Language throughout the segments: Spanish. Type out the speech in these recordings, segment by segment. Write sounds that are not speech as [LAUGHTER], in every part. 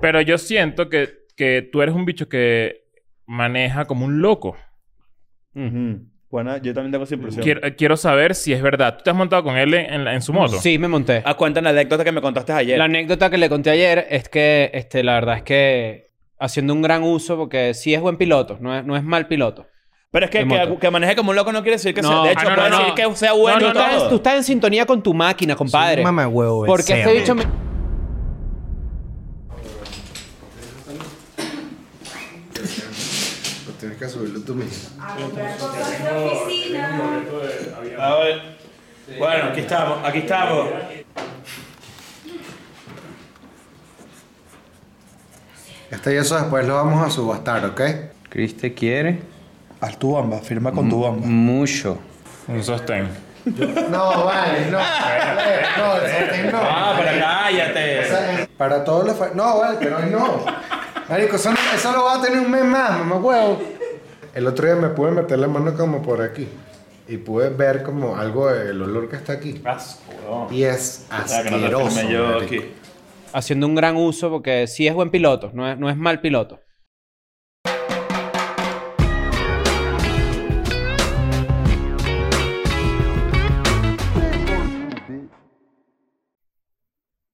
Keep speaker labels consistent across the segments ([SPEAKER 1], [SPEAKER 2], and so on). [SPEAKER 1] Pero yo siento que, que tú eres un bicho que maneja como un loco.
[SPEAKER 2] Ujú. Bueno, yo también tengo esa impresión.
[SPEAKER 1] Quiero, eh, quiero saber si es verdad. ¿Tú te has montado con él en, en la- en su moto?
[SPEAKER 3] Sí, me monté.
[SPEAKER 2] Ah, cuenta la anécdota que me contaste ayer.
[SPEAKER 3] La anécdota que le conté ayer es que, este, la verdad es que haciendo un gran uso, porque sí es buen piloto, no es, no es mal piloto.
[SPEAKER 2] Pero es que,
[SPEAKER 3] de
[SPEAKER 2] que,
[SPEAKER 3] moto.
[SPEAKER 2] que maneje como un loco no quiere decir que
[SPEAKER 3] No.
[SPEAKER 2] sea. De hecho,
[SPEAKER 1] Ah, no,
[SPEAKER 2] puede
[SPEAKER 1] no,
[SPEAKER 2] decir
[SPEAKER 1] no.
[SPEAKER 2] que sea bueno
[SPEAKER 1] No,
[SPEAKER 2] y
[SPEAKER 3] tú,
[SPEAKER 2] todo.
[SPEAKER 3] estás, tú estás en sintonía con tu máquina, compadre.
[SPEAKER 4] Mamá huevo.
[SPEAKER 3] porque este bicho me-
[SPEAKER 5] Lo tienes que subirlo tú mismo.
[SPEAKER 2] A ver. Bueno, aquí estamos, aquí estamos.
[SPEAKER 5] Este y eso después lo vamos a subastar, ¿ok?
[SPEAKER 6] Chris te quiere
[SPEAKER 5] Haz tu bamba, firma con tu bamba.
[SPEAKER 6] mucho.
[SPEAKER 1] Un sostén.
[SPEAKER 5] No,
[SPEAKER 2] [LAUGHS]
[SPEAKER 5] vale, no. Eh, No, el sartén no.
[SPEAKER 2] Ah, pero cállate.
[SPEAKER 5] Esa- Para todos los. fa- No, vale, pero hoy no. Marico, eso, no- eso lo va a tener un mes más, mamá huevo. El otro día me pude meter la mano como por aquí. Y pude ver como algo del olor que está aquí.
[SPEAKER 2] Asco, weón.
[SPEAKER 5] Y es
[SPEAKER 2] O sea, que no te
[SPEAKER 5] asqueroso.
[SPEAKER 2] firme yo
[SPEAKER 5] marico.
[SPEAKER 2] aquí.
[SPEAKER 3] haciendo un gran uso, porque sí es buen piloto, no es, no es mal piloto.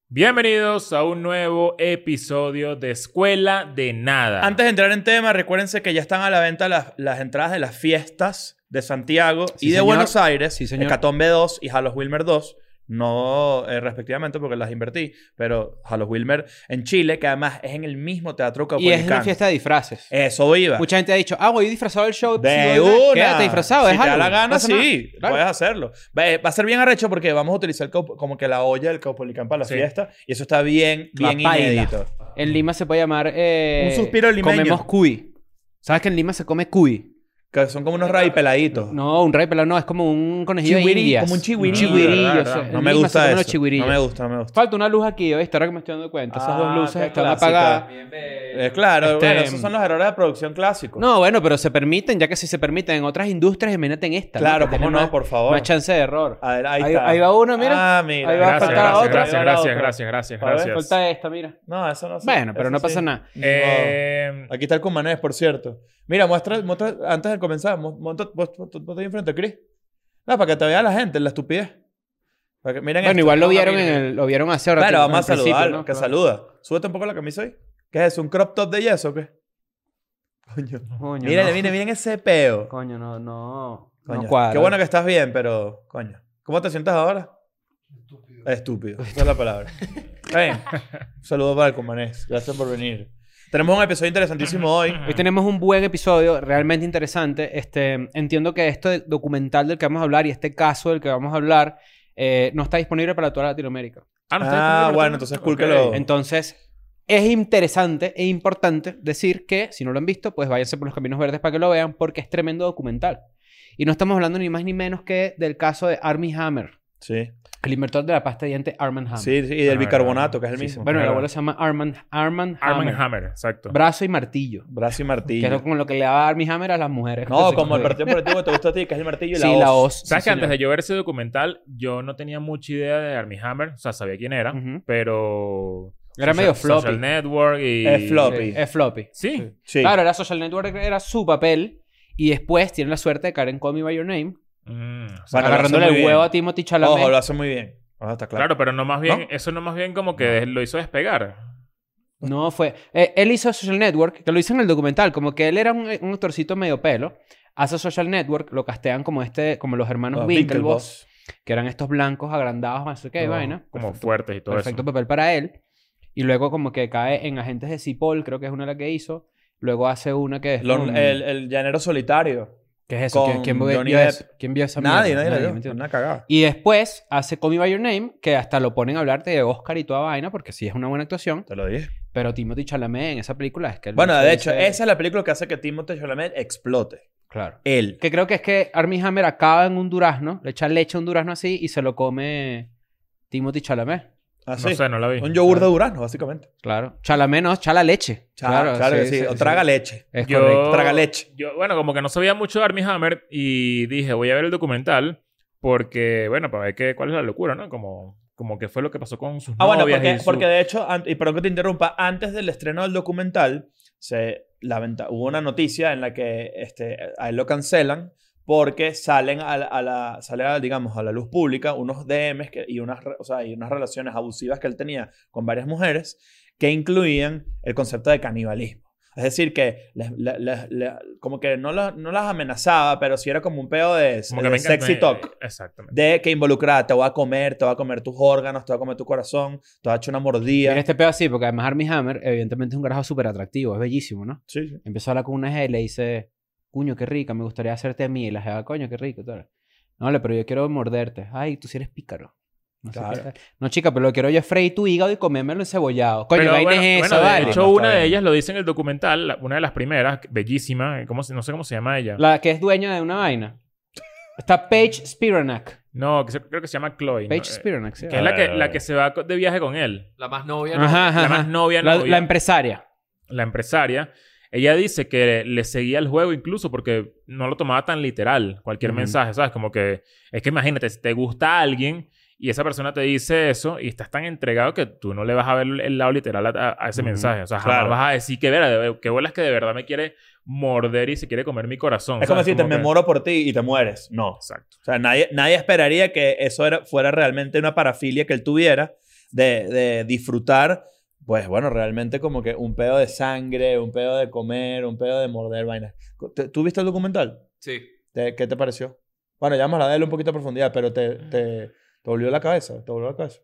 [SPEAKER 1] Bienvenidos a un nuevo episodio de Escuela de Nada.
[SPEAKER 2] Antes de entrar en tema, recuérdense que ya están a la venta las, las entradas de las fiestas de Santiago
[SPEAKER 3] Sí,
[SPEAKER 2] y de
[SPEAKER 3] señor.
[SPEAKER 2] Buenos Aires,
[SPEAKER 3] Sí, señor.
[SPEAKER 2] Hecatombe 2 y Halos Wilmer 2. No eh, respectivamente porque las invertí, pero Halos Wilmer en Chile, que además es en el mismo teatro que
[SPEAKER 3] Y es una fiesta de disfraces.
[SPEAKER 2] Eso iba.
[SPEAKER 3] Mucha gente ha dicho, ah, voy disfrazado del show.
[SPEAKER 2] De
[SPEAKER 3] sí, voy
[SPEAKER 2] una.
[SPEAKER 3] Quédate disfrazado, es
[SPEAKER 2] si te da
[SPEAKER 3] Halloween,
[SPEAKER 2] la
[SPEAKER 3] no
[SPEAKER 2] gana,
[SPEAKER 3] pasa nada".
[SPEAKER 2] sí.
[SPEAKER 3] Claro.
[SPEAKER 2] Puedes hacerlo. Va, va a ser bien arrecho porque vamos a utilizar el caupo- como que la olla del caupolicán para la
[SPEAKER 1] Sí.
[SPEAKER 2] fiesta. Y eso está bien,
[SPEAKER 3] La
[SPEAKER 2] bien
[SPEAKER 3] paila.
[SPEAKER 2] inédito.
[SPEAKER 3] En Lima se puede llamar... eh,
[SPEAKER 2] Un suspiro limeño.
[SPEAKER 3] Comemos cuy. ¿Sabes que en Lima se come cuy?
[SPEAKER 2] Que son como unos rabi peladitos.
[SPEAKER 3] No, un rey pelado no, es como un conejillo
[SPEAKER 2] Chihuiri,
[SPEAKER 3] de indias.
[SPEAKER 2] como un chihuiri.
[SPEAKER 3] chihuirillo,
[SPEAKER 1] Ah,
[SPEAKER 3] o
[SPEAKER 1] verdad,
[SPEAKER 3] sea,
[SPEAKER 1] verdad.
[SPEAKER 3] en
[SPEAKER 2] No me
[SPEAKER 3] Lima se
[SPEAKER 2] gusta
[SPEAKER 3] comen los
[SPEAKER 2] eso. No
[SPEAKER 3] chihuirillos.
[SPEAKER 2] me gusta, no me gusta.
[SPEAKER 3] Falta una luz aquí, ¿oíste? Ahora que me estoy dando cuenta. Esas dos
[SPEAKER 2] Ah,
[SPEAKER 3] luces
[SPEAKER 2] qué
[SPEAKER 3] están
[SPEAKER 2] clásica.
[SPEAKER 3] apagadas.
[SPEAKER 2] Eh, claro,
[SPEAKER 3] Este,
[SPEAKER 2] bueno, esos son los errores de producción clásicos.
[SPEAKER 3] No, bueno, pero se permiten, ya que si se permiten en otras industrias, imagínate en esta.
[SPEAKER 2] Claro,
[SPEAKER 3] Que
[SPEAKER 2] cómo
[SPEAKER 3] tiene
[SPEAKER 2] no,
[SPEAKER 3] más-
[SPEAKER 2] por favor. Ah,
[SPEAKER 3] Más chance de error.
[SPEAKER 2] A ver, ahí,
[SPEAKER 3] Ahí-
[SPEAKER 2] está.
[SPEAKER 3] ahí va uno, mira.
[SPEAKER 2] Ah, mira.
[SPEAKER 3] Ahí va,
[SPEAKER 1] gracias,
[SPEAKER 3] falta
[SPEAKER 1] gracias,
[SPEAKER 3] otra.
[SPEAKER 1] gracias,
[SPEAKER 2] Ahí va la
[SPEAKER 1] gracias,
[SPEAKER 2] otra.
[SPEAKER 1] gracias, gracias,
[SPEAKER 2] A ver,
[SPEAKER 1] gracias.
[SPEAKER 3] Falta esta, mira.
[SPEAKER 2] No, eso no sé.
[SPEAKER 3] Bueno, pero
[SPEAKER 2] Eso
[SPEAKER 3] no pasa
[SPEAKER 2] sí.
[SPEAKER 3] nada.
[SPEAKER 2] No.
[SPEAKER 1] Eh,
[SPEAKER 2] Aquí está el Cumanés, por cierto. Mira, muestra, muestra antes de comenzar, mo- monta, vos, vos- vos ahí enfrente, Chris. No, para que te vea la gente, la estupidez. Para que, miren
[SPEAKER 3] Bueno,
[SPEAKER 2] esto.
[SPEAKER 3] igual lo
[SPEAKER 2] Ah,
[SPEAKER 3] vieron,
[SPEAKER 2] miren.
[SPEAKER 3] en el, lo vieron hace ahora.
[SPEAKER 2] Claro, vamos a saludar, que saluda. Súbete un poco la camisa ahí. ¿Qué es eso? ¿Un crop top de yeso o qué? Coño.
[SPEAKER 3] Coño,
[SPEAKER 2] Miren,
[SPEAKER 3] no.
[SPEAKER 2] miren, miren ese peo.
[SPEAKER 3] Coño, no, no.
[SPEAKER 2] Coño.
[SPEAKER 3] No cuadra.
[SPEAKER 2] Qué bueno que estás bien, pero coño. ¿Cómo te sientas ahora? Estúpido. Estúpido. Esa es la palabra. Está [LAUGHS] bien. Un saludo para el Cumanés. Gracias por venir. Tenemos un episodio interesantísimo hoy.
[SPEAKER 3] Hoy tenemos un buen episodio, realmente interesante. Este, entiendo que este documental del que vamos a hablar y este caso del que vamos a hablar eh, no está disponible para toda Latinoamérica.
[SPEAKER 1] ah, no, está
[SPEAKER 2] Ah,
[SPEAKER 1] disponible
[SPEAKER 2] bueno,
[SPEAKER 1] también.
[SPEAKER 2] entonces cool
[SPEAKER 1] Ok.
[SPEAKER 2] que lo-
[SPEAKER 3] Entonces, es interesante e importante decir que, si no lo han visto, pues váyanse por los caminos verdes para que lo vean, porque es tremendo documental. Y no estamos hablando ni más ni menos que del caso de Armie Hammer,
[SPEAKER 2] Sí.
[SPEAKER 3] el inventor de la pasta de dientes Armand Hammer.
[SPEAKER 2] Sí, sí, y del
[SPEAKER 1] Ah,
[SPEAKER 2] bicarbonato, que es el mismo.
[SPEAKER 3] Bueno, el
[SPEAKER 1] Claro.
[SPEAKER 3] abuelo se llama Armand, Armand
[SPEAKER 1] Arm
[SPEAKER 3] Hammer.
[SPEAKER 1] and Hammer, exacto.
[SPEAKER 3] Brazo y martillo.
[SPEAKER 2] Brazo y
[SPEAKER 3] Que es
[SPEAKER 2] martillo.
[SPEAKER 3] lo- como lo que le daba Armie Hammer a las mujeres.
[SPEAKER 2] No, como el partido político que te gusta a ti, que es el martillo y
[SPEAKER 3] Sí, la
[SPEAKER 2] hoz.
[SPEAKER 3] voz.
[SPEAKER 1] ¿Sabes que antes de yo ver ese documental, yo no tenía mucha idea de Armie Hammer? O sea, sabía quién era,
[SPEAKER 3] Ujú.
[SPEAKER 1] pero...
[SPEAKER 3] Era medio floppy.
[SPEAKER 1] Social Network y...
[SPEAKER 2] Es flop.
[SPEAKER 3] Sí, es floppy.
[SPEAKER 1] Sí.
[SPEAKER 2] Sí.
[SPEAKER 3] Claro, era Social Network, era su papel. Y después tiene la suerte de caer en Call Me By Your
[SPEAKER 1] Mm,
[SPEAKER 3] Name.
[SPEAKER 1] o sea,
[SPEAKER 2] Bueno, lo hace
[SPEAKER 3] agarrándole
[SPEAKER 2] muy
[SPEAKER 3] el
[SPEAKER 2] bien.
[SPEAKER 3] huevo a Timothy Chalamet.
[SPEAKER 2] Ojo, lo hace muy bien. Ah, está
[SPEAKER 1] claro.
[SPEAKER 2] claro.
[SPEAKER 1] pero no más bien...
[SPEAKER 2] ¿No?
[SPEAKER 1] Eso no más bien como que lo hizo despegar.
[SPEAKER 3] No, fue... eh, él hizo Social Network, que lo hizo en el documental. Como que él era un, un actorcito medio pelo. Hace Social Network, lo castean como este... Como los hermanos
[SPEAKER 2] Ah,
[SPEAKER 3] Winklevoss.
[SPEAKER 2] Winklevoss.
[SPEAKER 3] Que eran estos blancos agrandados, no sé qué,
[SPEAKER 1] No,
[SPEAKER 3] vaina.
[SPEAKER 1] Como fuertes y todo
[SPEAKER 3] perfecto
[SPEAKER 1] eso.
[SPEAKER 3] papel para él. Y luego como que cae en Agentes de Cipoll, creo que es una la que hizo. Luego hace una que es...
[SPEAKER 2] Lo-
[SPEAKER 3] con-
[SPEAKER 2] el, el llanero solitario.
[SPEAKER 3] ¿Qué es eso? ¿Quién,
[SPEAKER 2] con
[SPEAKER 3] quién vio
[SPEAKER 2] Johnny Depp.
[SPEAKER 3] eso? ¿Quién vio esa
[SPEAKER 2] Nadie,
[SPEAKER 3] mierda?
[SPEAKER 2] nadie, le
[SPEAKER 3] ¿me
[SPEAKER 2] dio.
[SPEAKER 3] entiendes?
[SPEAKER 2] Una cagada.
[SPEAKER 3] Y después hace Call Me By Your Name, que hasta lo ponen a hablarte de Oscar y toda vaina, porque sí es una buena actuación.
[SPEAKER 2] Te lo dije.
[SPEAKER 3] Pero Timothy Chalamet en esa película es que... el
[SPEAKER 2] Bueno,
[SPEAKER 3] bicho
[SPEAKER 2] de hecho,
[SPEAKER 3] dice-
[SPEAKER 2] esa es la película que hace que Timothée Chalamet explote.
[SPEAKER 3] Claro.
[SPEAKER 2] Él.
[SPEAKER 3] Que creo que es que Armie Hammer acaba en un durazno, le echa leche a un durazno así y se lo come Timothy Chalamet.
[SPEAKER 2] Así.
[SPEAKER 1] No sé, no la vi.
[SPEAKER 2] Ah, Un yogur de durazno, básicamente.
[SPEAKER 3] Claro. Chalamet no, chala leche.
[SPEAKER 2] Cha- Claro, que sí. O traga leche.
[SPEAKER 3] Es
[SPEAKER 1] Yo-
[SPEAKER 3] correcto.
[SPEAKER 2] Traga leche.
[SPEAKER 1] Yo, bueno, como que no sabía mucho de Armie Hammer y dije, voy a ver el documental porque, bueno, para ver qué, cuál es la locura, ¿no? Como... como que fue lo que pasó con sus
[SPEAKER 2] Ah, bueno,
[SPEAKER 1] novias
[SPEAKER 2] porque,
[SPEAKER 1] y su-
[SPEAKER 2] porque de hecho, an- y perdón que te interrumpa, antes del estreno del documental, se lamenta, hubo una noticia en la que este, a él lo cancelan porque salen a la, a la- sale a, digamos, a la luz pública unos DMs que, y, unas, re- o sea, y unas relaciones abusivas que él tenía con varias mujeres que incluían el concepto de canibalismo. Es decir, que les- le- le- le- como que no, las- no las amenazaba, pero sí era como un pedo de,
[SPEAKER 1] como
[SPEAKER 2] de
[SPEAKER 1] que me encanta-
[SPEAKER 2] sexy talk
[SPEAKER 1] Exactamente.
[SPEAKER 2] de que involucrada, te voy a comer, te voy a comer tus órganos, te voy a comer tu corazón, te voy a echar una mordida.
[SPEAKER 3] En este pedo así, porque además Armie Hammer, evidentemente, es un carajo súper atractivo, es bellísimo, ¿no?
[SPEAKER 2] Sí, sí.
[SPEAKER 3] Empezó a hablar con una G y le dice, cuño, qué rica, me gustaría hacerte a mí. Y la jeva, coño, qué rico. Tal. No, le, pero yo quiero morderte. Ay, tú sí eres pícaro. No, sé qué
[SPEAKER 2] Claro.
[SPEAKER 3] tal. no, chica, pero lo que quiero yo es freír tu hígado y comérmelo encebollado. Coño,
[SPEAKER 1] Pero
[SPEAKER 3] vaina
[SPEAKER 1] bueno,
[SPEAKER 3] es
[SPEAKER 1] bueno,
[SPEAKER 3] esa,
[SPEAKER 1] de
[SPEAKER 3] vale.
[SPEAKER 1] hecho,
[SPEAKER 2] No, está
[SPEAKER 1] una de
[SPEAKER 2] bien.
[SPEAKER 1] ellas lo dice en el documental, la- una de las primeras, bellísima, eh, ¿cómo se- no sé cómo se llama ella.
[SPEAKER 3] La que es dueña de una vaina. Está Paige Spiranak.
[SPEAKER 1] No, que se- creo que se llama Chloe. ¿no?
[SPEAKER 3] Paige
[SPEAKER 1] Eh,
[SPEAKER 3] Spiranak, sí.
[SPEAKER 1] Que es
[SPEAKER 2] A
[SPEAKER 1] la que,
[SPEAKER 2] ver, a
[SPEAKER 1] la
[SPEAKER 2] ver.
[SPEAKER 1] que se va co- de viaje con él.
[SPEAKER 4] La más novia. ¿no?
[SPEAKER 3] Ajá, Ah. ajá,
[SPEAKER 1] La más
[SPEAKER 3] ajá.
[SPEAKER 1] novia,
[SPEAKER 3] La, em-
[SPEAKER 1] novia,
[SPEAKER 3] la empresaria.
[SPEAKER 1] la empresaria. Ella dice que le seguía el juego incluso porque no lo tomaba tan literal cualquier
[SPEAKER 3] Ujú.
[SPEAKER 1] mensaje, ¿sabes? Como que, es que imagínate, si te gusta alguien y esa persona te dice eso y estás tan entregado que tú no le vas a ver el lado literal a, a ese
[SPEAKER 3] Ujú.
[SPEAKER 1] mensaje. O sea, jamás
[SPEAKER 2] Claro.
[SPEAKER 1] vas a decir que, vera, que bolas que de verdad me quiere morder y se quiere comer mi corazón.
[SPEAKER 2] Es como
[SPEAKER 1] ¿sabes?
[SPEAKER 2] si te me
[SPEAKER 1] que-
[SPEAKER 2] muero por ti y te mueres. No. O
[SPEAKER 1] Exacto.
[SPEAKER 2] sea, nadie, nadie esperaría que eso era, fuera realmente una parafilia que él tuviera de, de disfrutar, pues bueno, realmente como que un pedo de sangre, un pedo de comer, un pedo de morder vainas. ¿Te- ¿Tú viste el documental?
[SPEAKER 4] Sí.
[SPEAKER 2] ¿Te- ¿Qué te pareció? Bueno, ya vamos a hablar de él un poquito a profundidad, pero te, te, te volvió la cabeza, te volvió la cabeza.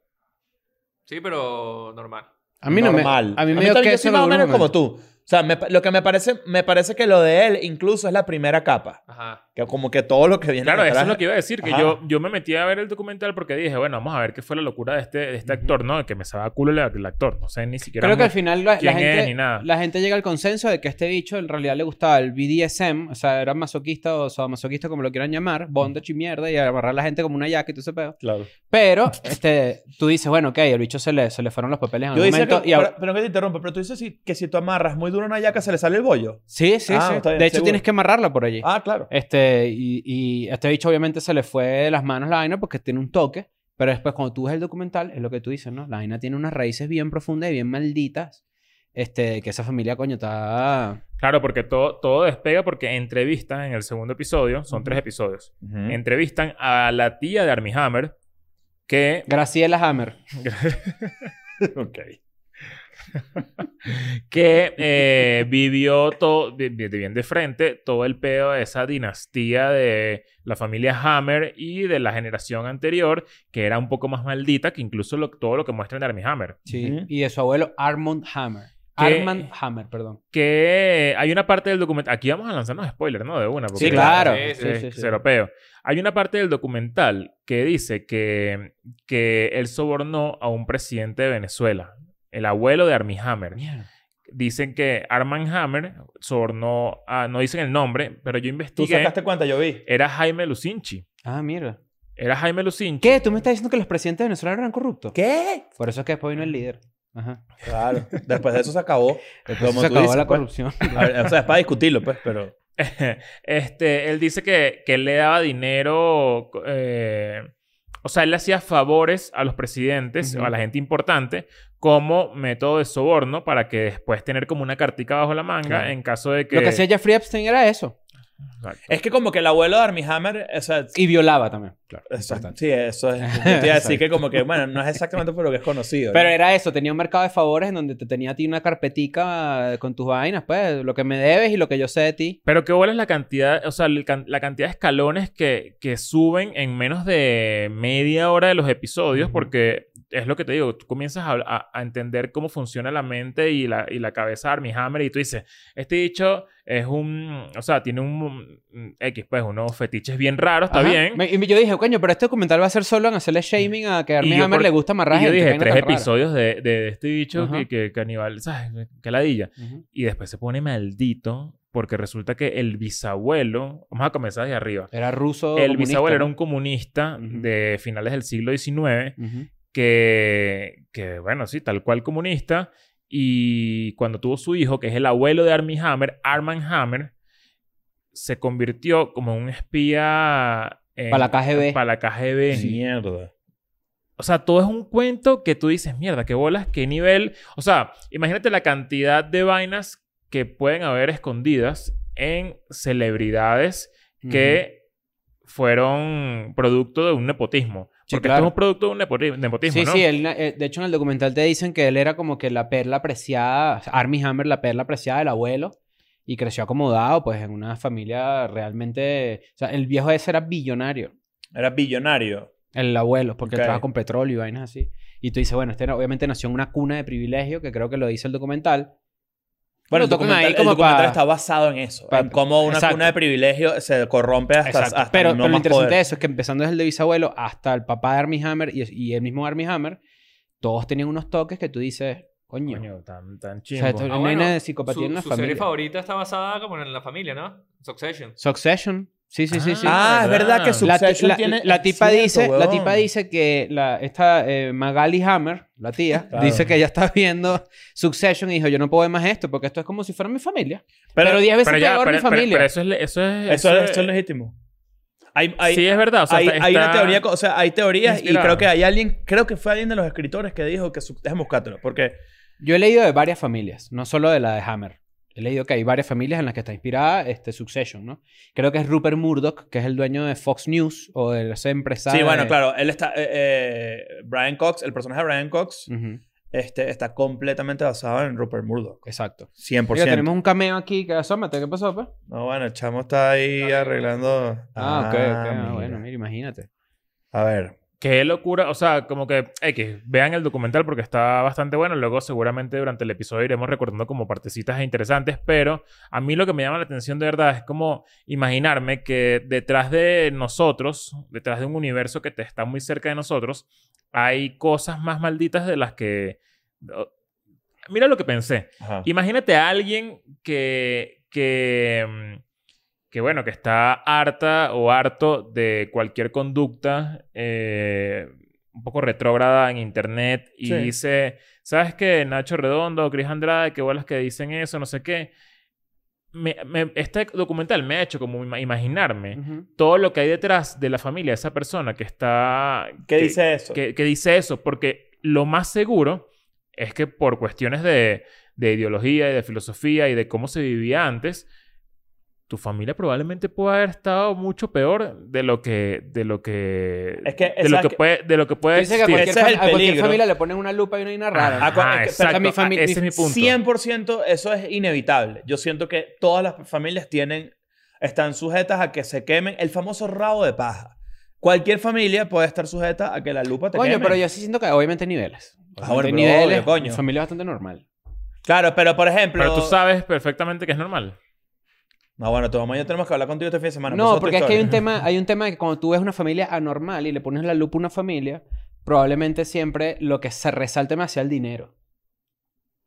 [SPEAKER 4] Sí, pero normal.
[SPEAKER 3] A mí no
[SPEAKER 2] normal.
[SPEAKER 3] me. A mí me dio
[SPEAKER 2] también yo
[SPEAKER 3] queso
[SPEAKER 2] soy
[SPEAKER 3] en
[SPEAKER 2] más o
[SPEAKER 3] algunos
[SPEAKER 2] menos como
[SPEAKER 3] momentos.
[SPEAKER 2] tú. O sea, me pa- lo que me parece, me parece que lo de él incluso es la primera capa.
[SPEAKER 4] Ajá.
[SPEAKER 2] Que como que todo lo que viene
[SPEAKER 1] Claro, eso
[SPEAKER 2] detrás-
[SPEAKER 1] es lo que iba a decir, que
[SPEAKER 2] Ajá.
[SPEAKER 1] yo, yo me metí a ver el documental porque dije, bueno, vamos a ver qué fue la locura de este, de este
[SPEAKER 2] Ujú.
[SPEAKER 1] actor, ¿no? Que me sabe a culo el, el actor, no sé ni siquiera
[SPEAKER 3] Creo que al
[SPEAKER 1] mu-
[SPEAKER 3] final la, la
[SPEAKER 1] quién es ni
[SPEAKER 3] gente,
[SPEAKER 1] nada.
[SPEAKER 3] la gente llega al consenso de que este bicho en realidad le gustaba el BDSM, o sea, era masoquista o masoquista como lo quieran llamar, bondage y mierda, y agarrar a la gente como una yaca y todo ese pedo.
[SPEAKER 2] Claro.
[SPEAKER 1] [LAUGHS]
[SPEAKER 3] Pero este, tú dices, bueno, ok, el bicho se le, se le fueron los papeles en
[SPEAKER 2] Yo
[SPEAKER 3] algún
[SPEAKER 2] dice
[SPEAKER 3] momento.
[SPEAKER 2] que,
[SPEAKER 3] y ahora-
[SPEAKER 2] pero, pero que te interrumpa, pero tú dices si- que si tú amarras muy duro una yaca se le sale el bollo.
[SPEAKER 3] Sí, sí,
[SPEAKER 2] Ah,
[SPEAKER 3] sí.
[SPEAKER 2] está bien,
[SPEAKER 3] de hecho,
[SPEAKER 2] seguro.
[SPEAKER 3] tienes que amarrarla por allí.
[SPEAKER 2] Ah, claro.
[SPEAKER 3] Este, y, y a este bicho obviamente se le fue de las manos la vaina porque tiene un toque, pero después cuando tú ves el documental, es lo que tú dices, ¿no? La vaina tiene unas raíces bien profundas y bien malditas, este, que esa familia, coño, está...
[SPEAKER 1] Claro, porque todo, todo despega porque entrevistan en el segundo episodio, son tres episodios, entrevistan a la tía de Armie Hammer, que,
[SPEAKER 3] Graciela Hammer.
[SPEAKER 1] [LAUGHS]
[SPEAKER 2] ok.
[SPEAKER 1] que eh, vivió todo, vi- vi- bien de frente, todo el pedo de esa dinastía de la familia Hammer y de la generación anterior, que era un poco más maldita que incluso lo- todo lo que muestran de Armie Hammer.
[SPEAKER 3] Sí.
[SPEAKER 2] Ujú.
[SPEAKER 3] Y de su abuelo Armand Hammer.
[SPEAKER 1] Que-
[SPEAKER 3] Armand Hammer, perdón.
[SPEAKER 1] que hay una parte del documental. Aquí vamos a lanzarnos spoilers, ¿no? De una. porque-
[SPEAKER 3] Sí, claro.
[SPEAKER 4] Sí,
[SPEAKER 1] Sí,
[SPEAKER 3] sí, sí.
[SPEAKER 1] cero peo. Hay una parte del documental que dice que, que él sobornó a un presidente de Venezuela, el abuelo de Armie Hammer. Dicen que Arman Hammer sobornó a. No dicen el nombre, pero yo
[SPEAKER 2] Tú
[SPEAKER 1] investigué.
[SPEAKER 2] sacaste cuenta, yo vi.
[SPEAKER 1] Era Jaime Lucinchi.
[SPEAKER 3] Ah, mierda.
[SPEAKER 1] Era Jaime Lucinchi.
[SPEAKER 3] ¿Qué? ¿Tú me estás diciendo que los presidentes de Venezuela eran corruptos?
[SPEAKER 2] ¿Qué?
[SPEAKER 3] Por eso es que después vino el líder. Ajá.
[SPEAKER 2] Claro. Después de eso se acabó.
[SPEAKER 3] Por eso se
[SPEAKER 2] tú
[SPEAKER 3] acabó
[SPEAKER 2] dices,
[SPEAKER 3] la
[SPEAKER 2] pues.
[SPEAKER 3] corrupción.
[SPEAKER 2] A ver, o sea, es para discutirlo, pues, pero...
[SPEAKER 1] [LAUGHS] este, él dice que, que él le daba dinero, eh, o sea, él le hacía favores a los presidentes
[SPEAKER 3] Ujú.
[SPEAKER 1] o a la gente importante como método de soborno para que después tener como una cartica bajo la manga
[SPEAKER 3] Claro.
[SPEAKER 1] en caso de [LAUGHS] que...
[SPEAKER 3] Lo que hacía Jeffrey Epstein era eso.
[SPEAKER 1] Exacto.
[SPEAKER 2] Es que como que el abuelo de Armie Hammer, o sea,
[SPEAKER 3] Y violaba también. Claro.
[SPEAKER 2] Exacto. Sí, eso es. Yo te iba a decir que como que, bueno, no es exactamente por lo que es conocido. ¿no?
[SPEAKER 3] Pero era eso, tenía un mercado de favores en donde te tenía a ti una carpetica eh, con tus vainas, pues, lo que me debes y lo que yo sé de ti.
[SPEAKER 1] Pero qué bola es la cantidad, o sea, el can- la cantidad de escalones que, que suben en menos de media hora de los episodios,
[SPEAKER 3] Ujú.
[SPEAKER 1] porque es lo que te digo, tú comienzas a, a- a entender cómo funciona la mente y la, y la cabeza de Armie Hammer y tú dices, este dicho es un, o sea, tiene un un X, pues, unos fetiches bien raros, está
[SPEAKER 3] Ajá.
[SPEAKER 1] bien.
[SPEAKER 3] Me- y yo dije, coño, pero este documental va a ser solo en hacerle shaming a que a Armie
[SPEAKER 1] yo
[SPEAKER 3] Hammer
[SPEAKER 1] por-
[SPEAKER 3] le gusta amarrar
[SPEAKER 1] Y yo
[SPEAKER 3] gente,
[SPEAKER 1] dije,
[SPEAKER 3] este, vaina
[SPEAKER 1] tres
[SPEAKER 3] tan rara".
[SPEAKER 1] episodios de, de este dicho
[SPEAKER 3] Ajá.
[SPEAKER 1] que, que caníbal, ¿sabes? Que ladilla.
[SPEAKER 3] Ujú.
[SPEAKER 1] Y después se pone maldito porque resulta que el bisabuelo, vamos a comenzar desde arriba.
[SPEAKER 3] Era ruso.
[SPEAKER 1] El
[SPEAKER 3] comunista,
[SPEAKER 1] bisabuelo
[SPEAKER 3] ¿no?
[SPEAKER 1] era un comunista
[SPEAKER 3] Ujú.
[SPEAKER 1] de finales del siglo XIX
[SPEAKER 3] Ujú.
[SPEAKER 1] que, que, bueno, sí, tal cual comunista. Y cuando tuvo su hijo, que es el abuelo de Armie Hammer, Arman Hammer, se convirtió como un espía... en-
[SPEAKER 3] Para la KGB.
[SPEAKER 1] Para la KGB.
[SPEAKER 2] Mierda.
[SPEAKER 1] O sea, todo es un cuento que tú dices, mierda, qué bolas, qué nivel. O sea, imagínate la cantidad de vainas que pueden haber escondidas en celebridades que fueron producto de un nepotismo.
[SPEAKER 3] Sí,
[SPEAKER 1] Porque
[SPEAKER 3] claro.
[SPEAKER 1] esto es un producto de un nepoti- nepotismo,
[SPEAKER 3] Sí,
[SPEAKER 1] ¿no?
[SPEAKER 3] sí, él, eh, de hecho en el documental te dicen que él era como que la perla apreciada, Army Hammer, la perla apreciada del abuelo, y creció acomodado, pues en una familia realmente. O sea, el viejo ese era billonario,
[SPEAKER 2] Era billonario.
[SPEAKER 3] el abuelo, porque él
[SPEAKER 2] Ok.
[SPEAKER 3] trabaja con petróleo y vainas así. Y tú dices, bueno, este era- obviamente nació en una cuna de privilegio, que creo que lo dice el documental.
[SPEAKER 2] Bueno, el
[SPEAKER 3] Lo tocan
[SPEAKER 2] documental,
[SPEAKER 3] ahí
[SPEAKER 2] el
[SPEAKER 3] como
[SPEAKER 2] documental
[SPEAKER 3] pa-
[SPEAKER 2] está basado en eso.
[SPEAKER 3] pa-
[SPEAKER 2] en cómo una
[SPEAKER 3] exacto.
[SPEAKER 2] cuna de privilegio se corrompe hasta,
[SPEAKER 3] Exacto.
[SPEAKER 2] hasta
[SPEAKER 3] pero,
[SPEAKER 2] no
[SPEAKER 3] pero lo
[SPEAKER 2] más
[SPEAKER 3] interesante de
[SPEAKER 2] poder.
[SPEAKER 3] eso es que empezando desde el de bisabuelo hasta el papá de Army Hammer y, y el mismo Army Hammer, todos tenían unos toques que tú dices, coño.
[SPEAKER 1] Coño, tan, tan
[SPEAKER 3] o
[SPEAKER 1] chimbo. Ah,
[SPEAKER 3] sea, esto no hay nada de psicopatía
[SPEAKER 4] Ah, su,
[SPEAKER 3] en la
[SPEAKER 4] su
[SPEAKER 3] familia.
[SPEAKER 4] serie favorita está basada como en la familia, ¿no? Succession.
[SPEAKER 3] Succession. Sí, sí, sí, sí.
[SPEAKER 2] Ah, es verdad que
[SPEAKER 3] la, ti-
[SPEAKER 2] Succession
[SPEAKER 3] la-
[SPEAKER 2] tiene-
[SPEAKER 3] la tipa
[SPEAKER 2] Cierto,
[SPEAKER 3] dice, la
[SPEAKER 2] huevón.
[SPEAKER 3] tipa dice que la, esta eh, Magali Hammer, la tía,
[SPEAKER 2] Claro.
[SPEAKER 3] dice que ella está viendo Succession y dijo, yo no puedo ver más esto porque esto es como si fuera mi familia. Pero 10 veces
[SPEAKER 1] Pero ya,
[SPEAKER 3] peor
[SPEAKER 1] pero,
[SPEAKER 3] mi familia.
[SPEAKER 1] pero- pero eso es... Eso es,
[SPEAKER 2] eso,
[SPEAKER 1] eso
[SPEAKER 2] es, eso es legítimo. Hay, hay,
[SPEAKER 1] sí, es verdad. O sea,
[SPEAKER 2] hay,
[SPEAKER 1] está-
[SPEAKER 2] hay una
[SPEAKER 1] está-
[SPEAKER 2] teoría, co- o sea, hay teorías y
[SPEAKER 1] inspirado.
[SPEAKER 2] creo que hay alguien, creo que fue alguien de los escritores que dijo que su, déjame buscártelo, porque
[SPEAKER 3] Yo he leído de varias familias, no solo de la de Hammer. He leído que hay varias familias en las que está inspirada este Succession, ¿no? Creo que es Rupert Murdoch, que es el dueño de Fox News o de esa empresa.
[SPEAKER 2] sí,
[SPEAKER 3] de-
[SPEAKER 2] bueno, claro, él está, eh, eh, Brian Cox, el personaje de Brian Cox,
[SPEAKER 3] Ujú,
[SPEAKER 2] este, está completamente basado en Rupert Murdoch,
[SPEAKER 3] exacto.
[SPEAKER 2] 100%.
[SPEAKER 3] Mira, tenemos un cameo aquí. que- Asómate, ¿qué pasó, pues?
[SPEAKER 2] No, bueno, el chamo está ahí arreglando.
[SPEAKER 3] Ah, ok, ok. ah,
[SPEAKER 2] mira.
[SPEAKER 3] bueno, mira, imagínate.
[SPEAKER 2] A ver.
[SPEAKER 1] Qué locura, o sea, como que X, vean el documental porque está bastante bueno. Luego seguramente durante el episodio iremos recordando como partecitas interesantes, pero a mí lo que me llama la atención de verdad es como imaginarme que detrás de nosotros, detrás de un universo que te está muy cerca de nosotros, hay cosas más malditas de las que... o- Mira lo que pensé.
[SPEAKER 2] Ajá.
[SPEAKER 1] Imagínate a alguien que, que, mm, que, bueno, que está harta o harto de cualquier conducta eh, un poco retrógrada en internet y
[SPEAKER 2] Sí.
[SPEAKER 1] dice, ¿sabes qué? Nacho Redondo, Cris Andrade, qué bolas que dicen eso, no sé qué. Me- me- este documental me ha hecho como ima- imaginarme
[SPEAKER 3] Ujú.
[SPEAKER 1] todo lo que hay detrás de la familia de esa persona que está...
[SPEAKER 2] ¿Qué
[SPEAKER 1] que-
[SPEAKER 2] dice eso?
[SPEAKER 1] que, que dice eso, porque lo más seguro es que por cuestiones de, de ideología y de filosofía y de cómo se vivía antes, tu familia probablemente puede haber estado mucho peor de lo que de lo que
[SPEAKER 2] Es que,
[SPEAKER 1] de lo
[SPEAKER 2] ¿sabes
[SPEAKER 1] que
[SPEAKER 2] qué?
[SPEAKER 1] puede de lo que puede
[SPEAKER 3] Dice que a
[SPEAKER 1] existir.
[SPEAKER 3] cualquier,
[SPEAKER 2] Este, Ese es el
[SPEAKER 3] fam- a cualquier
[SPEAKER 2] peligro.
[SPEAKER 3] familia le ponen una lupa y una
[SPEAKER 1] Ajá,
[SPEAKER 3] inarrara.
[SPEAKER 2] Ah, cua- es que-
[SPEAKER 1] exacto.
[SPEAKER 3] mi fami-
[SPEAKER 1] Ah, ese
[SPEAKER 3] mi-
[SPEAKER 1] es mi punto.
[SPEAKER 2] 100% eso es inevitable. Yo siento que todas las familias tienen, están sujetas a que se quemen el famoso rabo de paja. Cualquier familia puede estar sujeta a que la lupa te
[SPEAKER 3] Coño,
[SPEAKER 2] queme.
[SPEAKER 3] pero yo sí siento que obviamente hay niveles.
[SPEAKER 2] Ah, bueno,
[SPEAKER 3] Hay
[SPEAKER 2] pero obvio, coño.
[SPEAKER 3] Mi familia es bastante normal.
[SPEAKER 2] Claro, pero por ejemplo...
[SPEAKER 1] Pero tú sabes perfectamente que es normal.
[SPEAKER 2] No, bueno, tu mamá y yo tenemos que hablar contigo este fin de semana. pero eso
[SPEAKER 3] no,
[SPEAKER 2] es
[SPEAKER 3] porque es
[SPEAKER 2] otra
[SPEAKER 3] que hay un
[SPEAKER 2] historia.
[SPEAKER 3] tema, hay un tema de que cuando tú ves una familia anormal y le pones la lupa a una familia, probablemente siempre lo que se resalte más sea el dinero.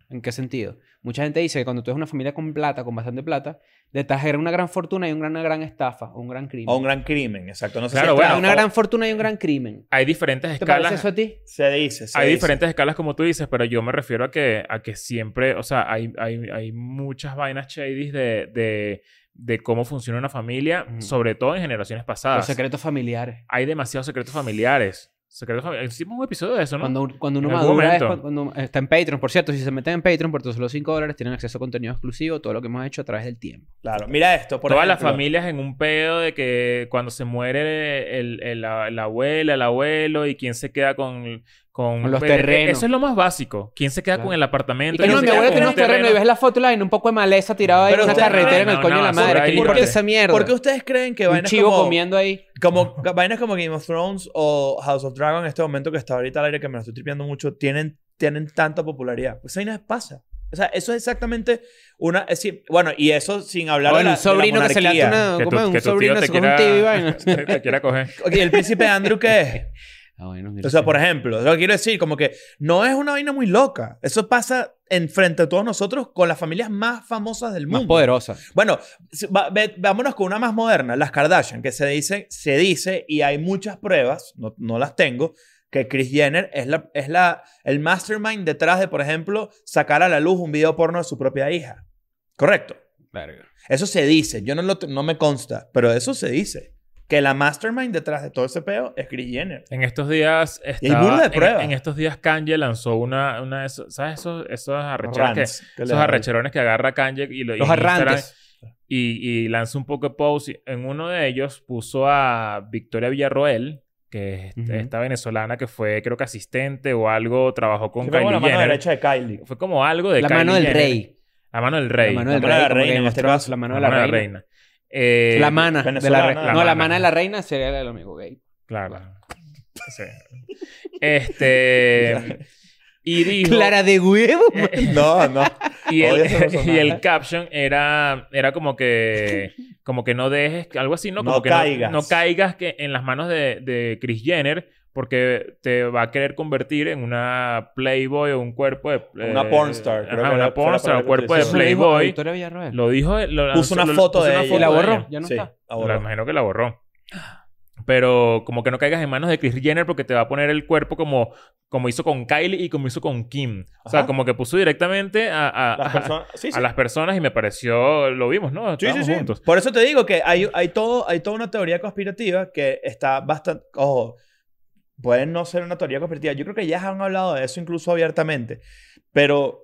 [SPEAKER 3] ¿En qué sentido? Mucha gente dice que cuando tú ves una familia con plata, con bastante plata, detrás era una gran fortuna y un gran- una gran estafa o un gran crimen.
[SPEAKER 2] O un gran crimen, exacto. No sé
[SPEAKER 1] Claro,
[SPEAKER 2] si es
[SPEAKER 1] bueno,
[SPEAKER 2] trampa
[SPEAKER 3] una
[SPEAKER 2] o-
[SPEAKER 3] gran fortuna y un gran crimen.
[SPEAKER 1] Hay diferentes
[SPEAKER 3] ¿Te parece
[SPEAKER 1] escalas.
[SPEAKER 3] eso a ti?
[SPEAKER 2] Se dice, se
[SPEAKER 1] hay
[SPEAKER 2] dice.
[SPEAKER 1] diferentes escalas como tú dices, pero yo me refiero a que, a que siempre, o sea, hay, hay, hay muchas vainas shadies de, de, de cómo funciona una familia,
[SPEAKER 3] Ujú.
[SPEAKER 1] sobre todo en generaciones
[SPEAKER 3] Los
[SPEAKER 2] Ah.
[SPEAKER 1] pasadas.
[SPEAKER 3] secretos familiares.
[SPEAKER 1] Hay demasiados secretos familiares. Secretos familiares. Hicimos un episodio de eso, ¿no?
[SPEAKER 3] Cuando, cuando uno
[SPEAKER 1] En algún
[SPEAKER 3] madura es
[SPEAKER 1] momento.
[SPEAKER 3] cuando, cuando está en Patreon. Por cierto, si se meten en Patreon por tan solo 5 dólares, tienen acceso a contenido exclusivo, todo lo que hemos hecho a través del tiempo.
[SPEAKER 2] Claro, mira esto. Por
[SPEAKER 1] Todas las
[SPEAKER 2] ejemplo.
[SPEAKER 1] familias en un pedo de que cuando se muere el, el- la, la abuela, el abuelo y quién se queda con... Con,
[SPEAKER 3] Con los
[SPEAKER 1] eh, eh,
[SPEAKER 3] terrenos.
[SPEAKER 1] Eso es lo más básico. ¿Quién se queda
[SPEAKER 3] Claro.
[SPEAKER 1] con el apartamento?
[SPEAKER 3] Y
[SPEAKER 1] ¿Quién
[SPEAKER 3] que no,
[SPEAKER 1] se
[SPEAKER 3] mi
[SPEAKER 1] queda
[SPEAKER 3] abuelo
[SPEAKER 1] con
[SPEAKER 3] tiene
[SPEAKER 1] un
[SPEAKER 3] un terreno y
[SPEAKER 1] terreno?
[SPEAKER 3] ves la foto line, un poco de maleza tirada ahí en
[SPEAKER 2] Pero
[SPEAKER 3] una
[SPEAKER 2] ustedes-
[SPEAKER 3] carretera en el
[SPEAKER 1] no,
[SPEAKER 3] coño de la
[SPEAKER 1] no,
[SPEAKER 3] madre.
[SPEAKER 1] por
[SPEAKER 3] ¿Qué
[SPEAKER 1] ahí,
[SPEAKER 3] le importa
[SPEAKER 1] porque-
[SPEAKER 3] esa mierda?
[SPEAKER 2] ¿Por qué ustedes creen que
[SPEAKER 3] un
[SPEAKER 2] vainas
[SPEAKER 3] chivo
[SPEAKER 2] como...
[SPEAKER 3] comiendo ahí.
[SPEAKER 2] Como
[SPEAKER 3] [LAUGHS]
[SPEAKER 2] ca- vainas como Game of Thrones o House of Dragon en este momento que está ahorita al aire que me lo estoy tripeando mucho, tienen, tienen tanta popularidad. Pues ahí nada pasa. O sea, eso es exactamente una... es decir, bueno, y eso sin hablar
[SPEAKER 3] Bueno,
[SPEAKER 2] de
[SPEAKER 3] un
[SPEAKER 2] la, de la
[SPEAKER 3] sobrino que se le hace
[SPEAKER 2] monarquía.
[SPEAKER 3] una.
[SPEAKER 1] Que tu-
[SPEAKER 3] ¿Cómo es?
[SPEAKER 1] que
[SPEAKER 3] Un
[SPEAKER 1] tu tío
[SPEAKER 3] sobrino
[SPEAKER 1] te
[SPEAKER 3] se come un
[SPEAKER 1] quiera-
[SPEAKER 3] tío
[SPEAKER 1] [LAUGHS]
[SPEAKER 3] y vaina.
[SPEAKER 1] Te quiera coger.
[SPEAKER 2] Ok, ¿Y el príncipe Andrew
[SPEAKER 3] [LAUGHS]
[SPEAKER 2] qué es?
[SPEAKER 3] Ah, bueno, mira,
[SPEAKER 2] O sea,
[SPEAKER 3] sí.
[SPEAKER 2] por ejemplo, lo que quiero decir, como que no es una vaina muy loca. Eso pasa enfrente de todos nosotros con las familias más famosas del mundo.
[SPEAKER 3] Más poderosa.
[SPEAKER 2] Bueno, si- va- ve- vámonos con una más moderna, las Kardashian, que se dice, se dice y hay muchas pruebas, no, no las tengo, que Kris Jenner es, la, es la, el mastermind detrás de, por ejemplo, sacar a la luz un video porno de su propia hija. Correcto.
[SPEAKER 3] Verga.
[SPEAKER 2] Eso se dice, yo no, lo, no me consta, pero eso se dice. que la mastermind detrás de todo ese peo es Chris Jenner.
[SPEAKER 1] En estos días.
[SPEAKER 2] Y hay burda de
[SPEAKER 1] en-
[SPEAKER 2] pruebas.
[SPEAKER 1] En, estos días Kanye lanzó una, una de esos- ¿Sabes esos, esos arrecherones que-
[SPEAKER 2] Rants, que le
[SPEAKER 1] esos
[SPEAKER 2] da-
[SPEAKER 1] arrecherones que agarra Kanye y lo y
[SPEAKER 3] Los
[SPEAKER 1] en Instagram-
[SPEAKER 3] arranques.
[SPEAKER 1] Y, y lanza un poco de posts. En uno de ellos puso a Victoria Villarroel, que es
[SPEAKER 3] Ujú.
[SPEAKER 1] esta venezolana que fue, creo que asistente o algo, trabajó con
[SPEAKER 2] Que fue como la
[SPEAKER 1] Kylie
[SPEAKER 2] mano
[SPEAKER 1] Jenner.
[SPEAKER 2] derecha
[SPEAKER 3] [LAUGHS]
[SPEAKER 2] de Kylie.
[SPEAKER 1] Fue como algo de
[SPEAKER 3] La
[SPEAKER 1] Kylie
[SPEAKER 3] mano del
[SPEAKER 1] Jenner.
[SPEAKER 3] rey.
[SPEAKER 1] La mano del rey.
[SPEAKER 3] La mano del
[SPEAKER 2] La mano de
[SPEAKER 3] rey.
[SPEAKER 2] la
[SPEAKER 3] como
[SPEAKER 2] reina,
[SPEAKER 3] Game
[SPEAKER 2] en
[SPEAKER 3] of
[SPEAKER 2] este
[SPEAKER 3] Thrones,
[SPEAKER 2] caso.
[SPEAKER 3] La mano
[SPEAKER 1] La
[SPEAKER 3] de la
[SPEAKER 1] mano de la
[SPEAKER 3] reina.
[SPEAKER 1] reina. Eh,
[SPEAKER 3] La mana. de la
[SPEAKER 2] venezolana,
[SPEAKER 3] reina.
[SPEAKER 1] la
[SPEAKER 3] No, la
[SPEAKER 1] mana.
[SPEAKER 3] mana de la reina sería el amigo gay.
[SPEAKER 1] Claro.
[SPEAKER 3] [LAUGHS]
[SPEAKER 1] Sí. Este. Y dijo.
[SPEAKER 3] Clara de huevo.
[SPEAKER 2] No, no.
[SPEAKER 1] [LAUGHS] Y
[SPEAKER 2] Odio ese
[SPEAKER 1] el,
[SPEAKER 2] personaje.
[SPEAKER 1] y el caption era, era como
[SPEAKER 2] [LAUGHS]
[SPEAKER 1] que como que no dejes, algo así, ¿no? Como
[SPEAKER 2] No
[SPEAKER 1] que
[SPEAKER 2] caigas.
[SPEAKER 1] No, caigas que en las manos de, de Chris Jenner porque te va a querer convertir en una playboy o un cuerpo de... eh,
[SPEAKER 2] Una pornstar,
[SPEAKER 1] ajá,
[SPEAKER 2] creo que
[SPEAKER 1] una
[SPEAKER 2] era- fue la
[SPEAKER 1] pornstar o
[SPEAKER 2] palabra que
[SPEAKER 1] cuerpo de
[SPEAKER 2] utilizó.
[SPEAKER 1] playboy.
[SPEAKER 3] Victoria Villarroel.
[SPEAKER 1] Lo dijo... Lo,
[SPEAKER 2] Puso una
[SPEAKER 1] lo-
[SPEAKER 2] foto de ella.
[SPEAKER 3] Y la
[SPEAKER 1] de
[SPEAKER 3] borró.
[SPEAKER 1] ella.
[SPEAKER 3] Ya no
[SPEAKER 2] Sí,
[SPEAKER 3] está.
[SPEAKER 2] la
[SPEAKER 1] La
[SPEAKER 2] borró.
[SPEAKER 1] imagino que la borró. Pero como que no caigas en manos de Chris Jenner porque te va a poner el cuerpo como, como hizo con Kylie y como hizo con Kim. O sea,
[SPEAKER 2] Ajá.
[SPEAKER 1] como que puso directamente a, a-
[SPEAKER 2] Las
[SPEAKER 1] a-
[SPEAKER 2] personas- sí,
[SPEAKER 1] a
[SPEAKER 2] sí.
[SPEAKER 1] las personas y me pareció, lo vimos, ¿no?
[SPEAKER 2] Sí, sí,
[SPEAKER 1] Estábamos
[SPEAKER 2] sí.
[SPEAKER 1] juntos.
[SPEAKER 2] Por eso te digo que hay, hay, todo, hay toda una teoría conspirativa que está bastante. Ojo, puede no ser una teoría conspirativa. Yo creo que ya han hablado de eso incluso abiertamente. Pero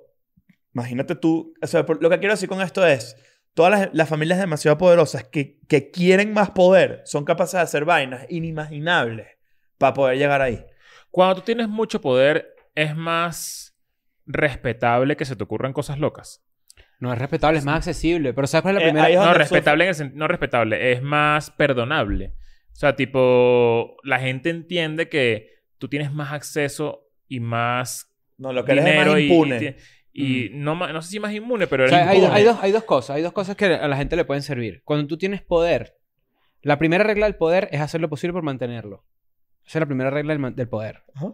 [SPEAKER 2] imagínate tú. O sea, por- lo que quiero decir con esto es: todas las, las familias demasiado poderosas que, que quieren más poder son capaces de hacer vainas inimaginables para poder llegar ahí.
[SPEAKER 1] Cuando tú tienes mucho poder, es más respetable que se te ocurran cosas locas.
[SPEAKER 3] No es respetable, es más accesible. Pero ¿sabes cuál es la
[SPEAKER 2] Eh,
[SPEAKER 3] primera?
[SPEAKER 2] ahí es
[SPEAKER 1] No,
[SPEAKER 2] donde
[SPEAKER 1] respetable en el sen- no respetable, es más perdonable. O sea, tipo, la gente entiende que tú tienes más acceso y más
[SPEAKER 2] No, lo que eres es
[SPEAKER 1] dinero
[SPEAKER 2] más
[SPEAKER 1] y-
[SPEAKER 2] impune. Mm.
[SPEAKER 1] y, y no, ma- no sé si más inmune, pero
[SPEAKER 3] O
[SPEAKER 1] eres
[SPEAKER 3] sea, hay,
[SPEAKER 1] impune.
[SPEAKER 3] hay dos, hay dos cosas. Hay dos cosas que a la gente le pueden servir. Cuando tú tienes poder, la primera regla del poder es hacer lo posible por mantenerlo. Esa es la primera regla del, man- del poder.
[SPEAKER 2] Ajá.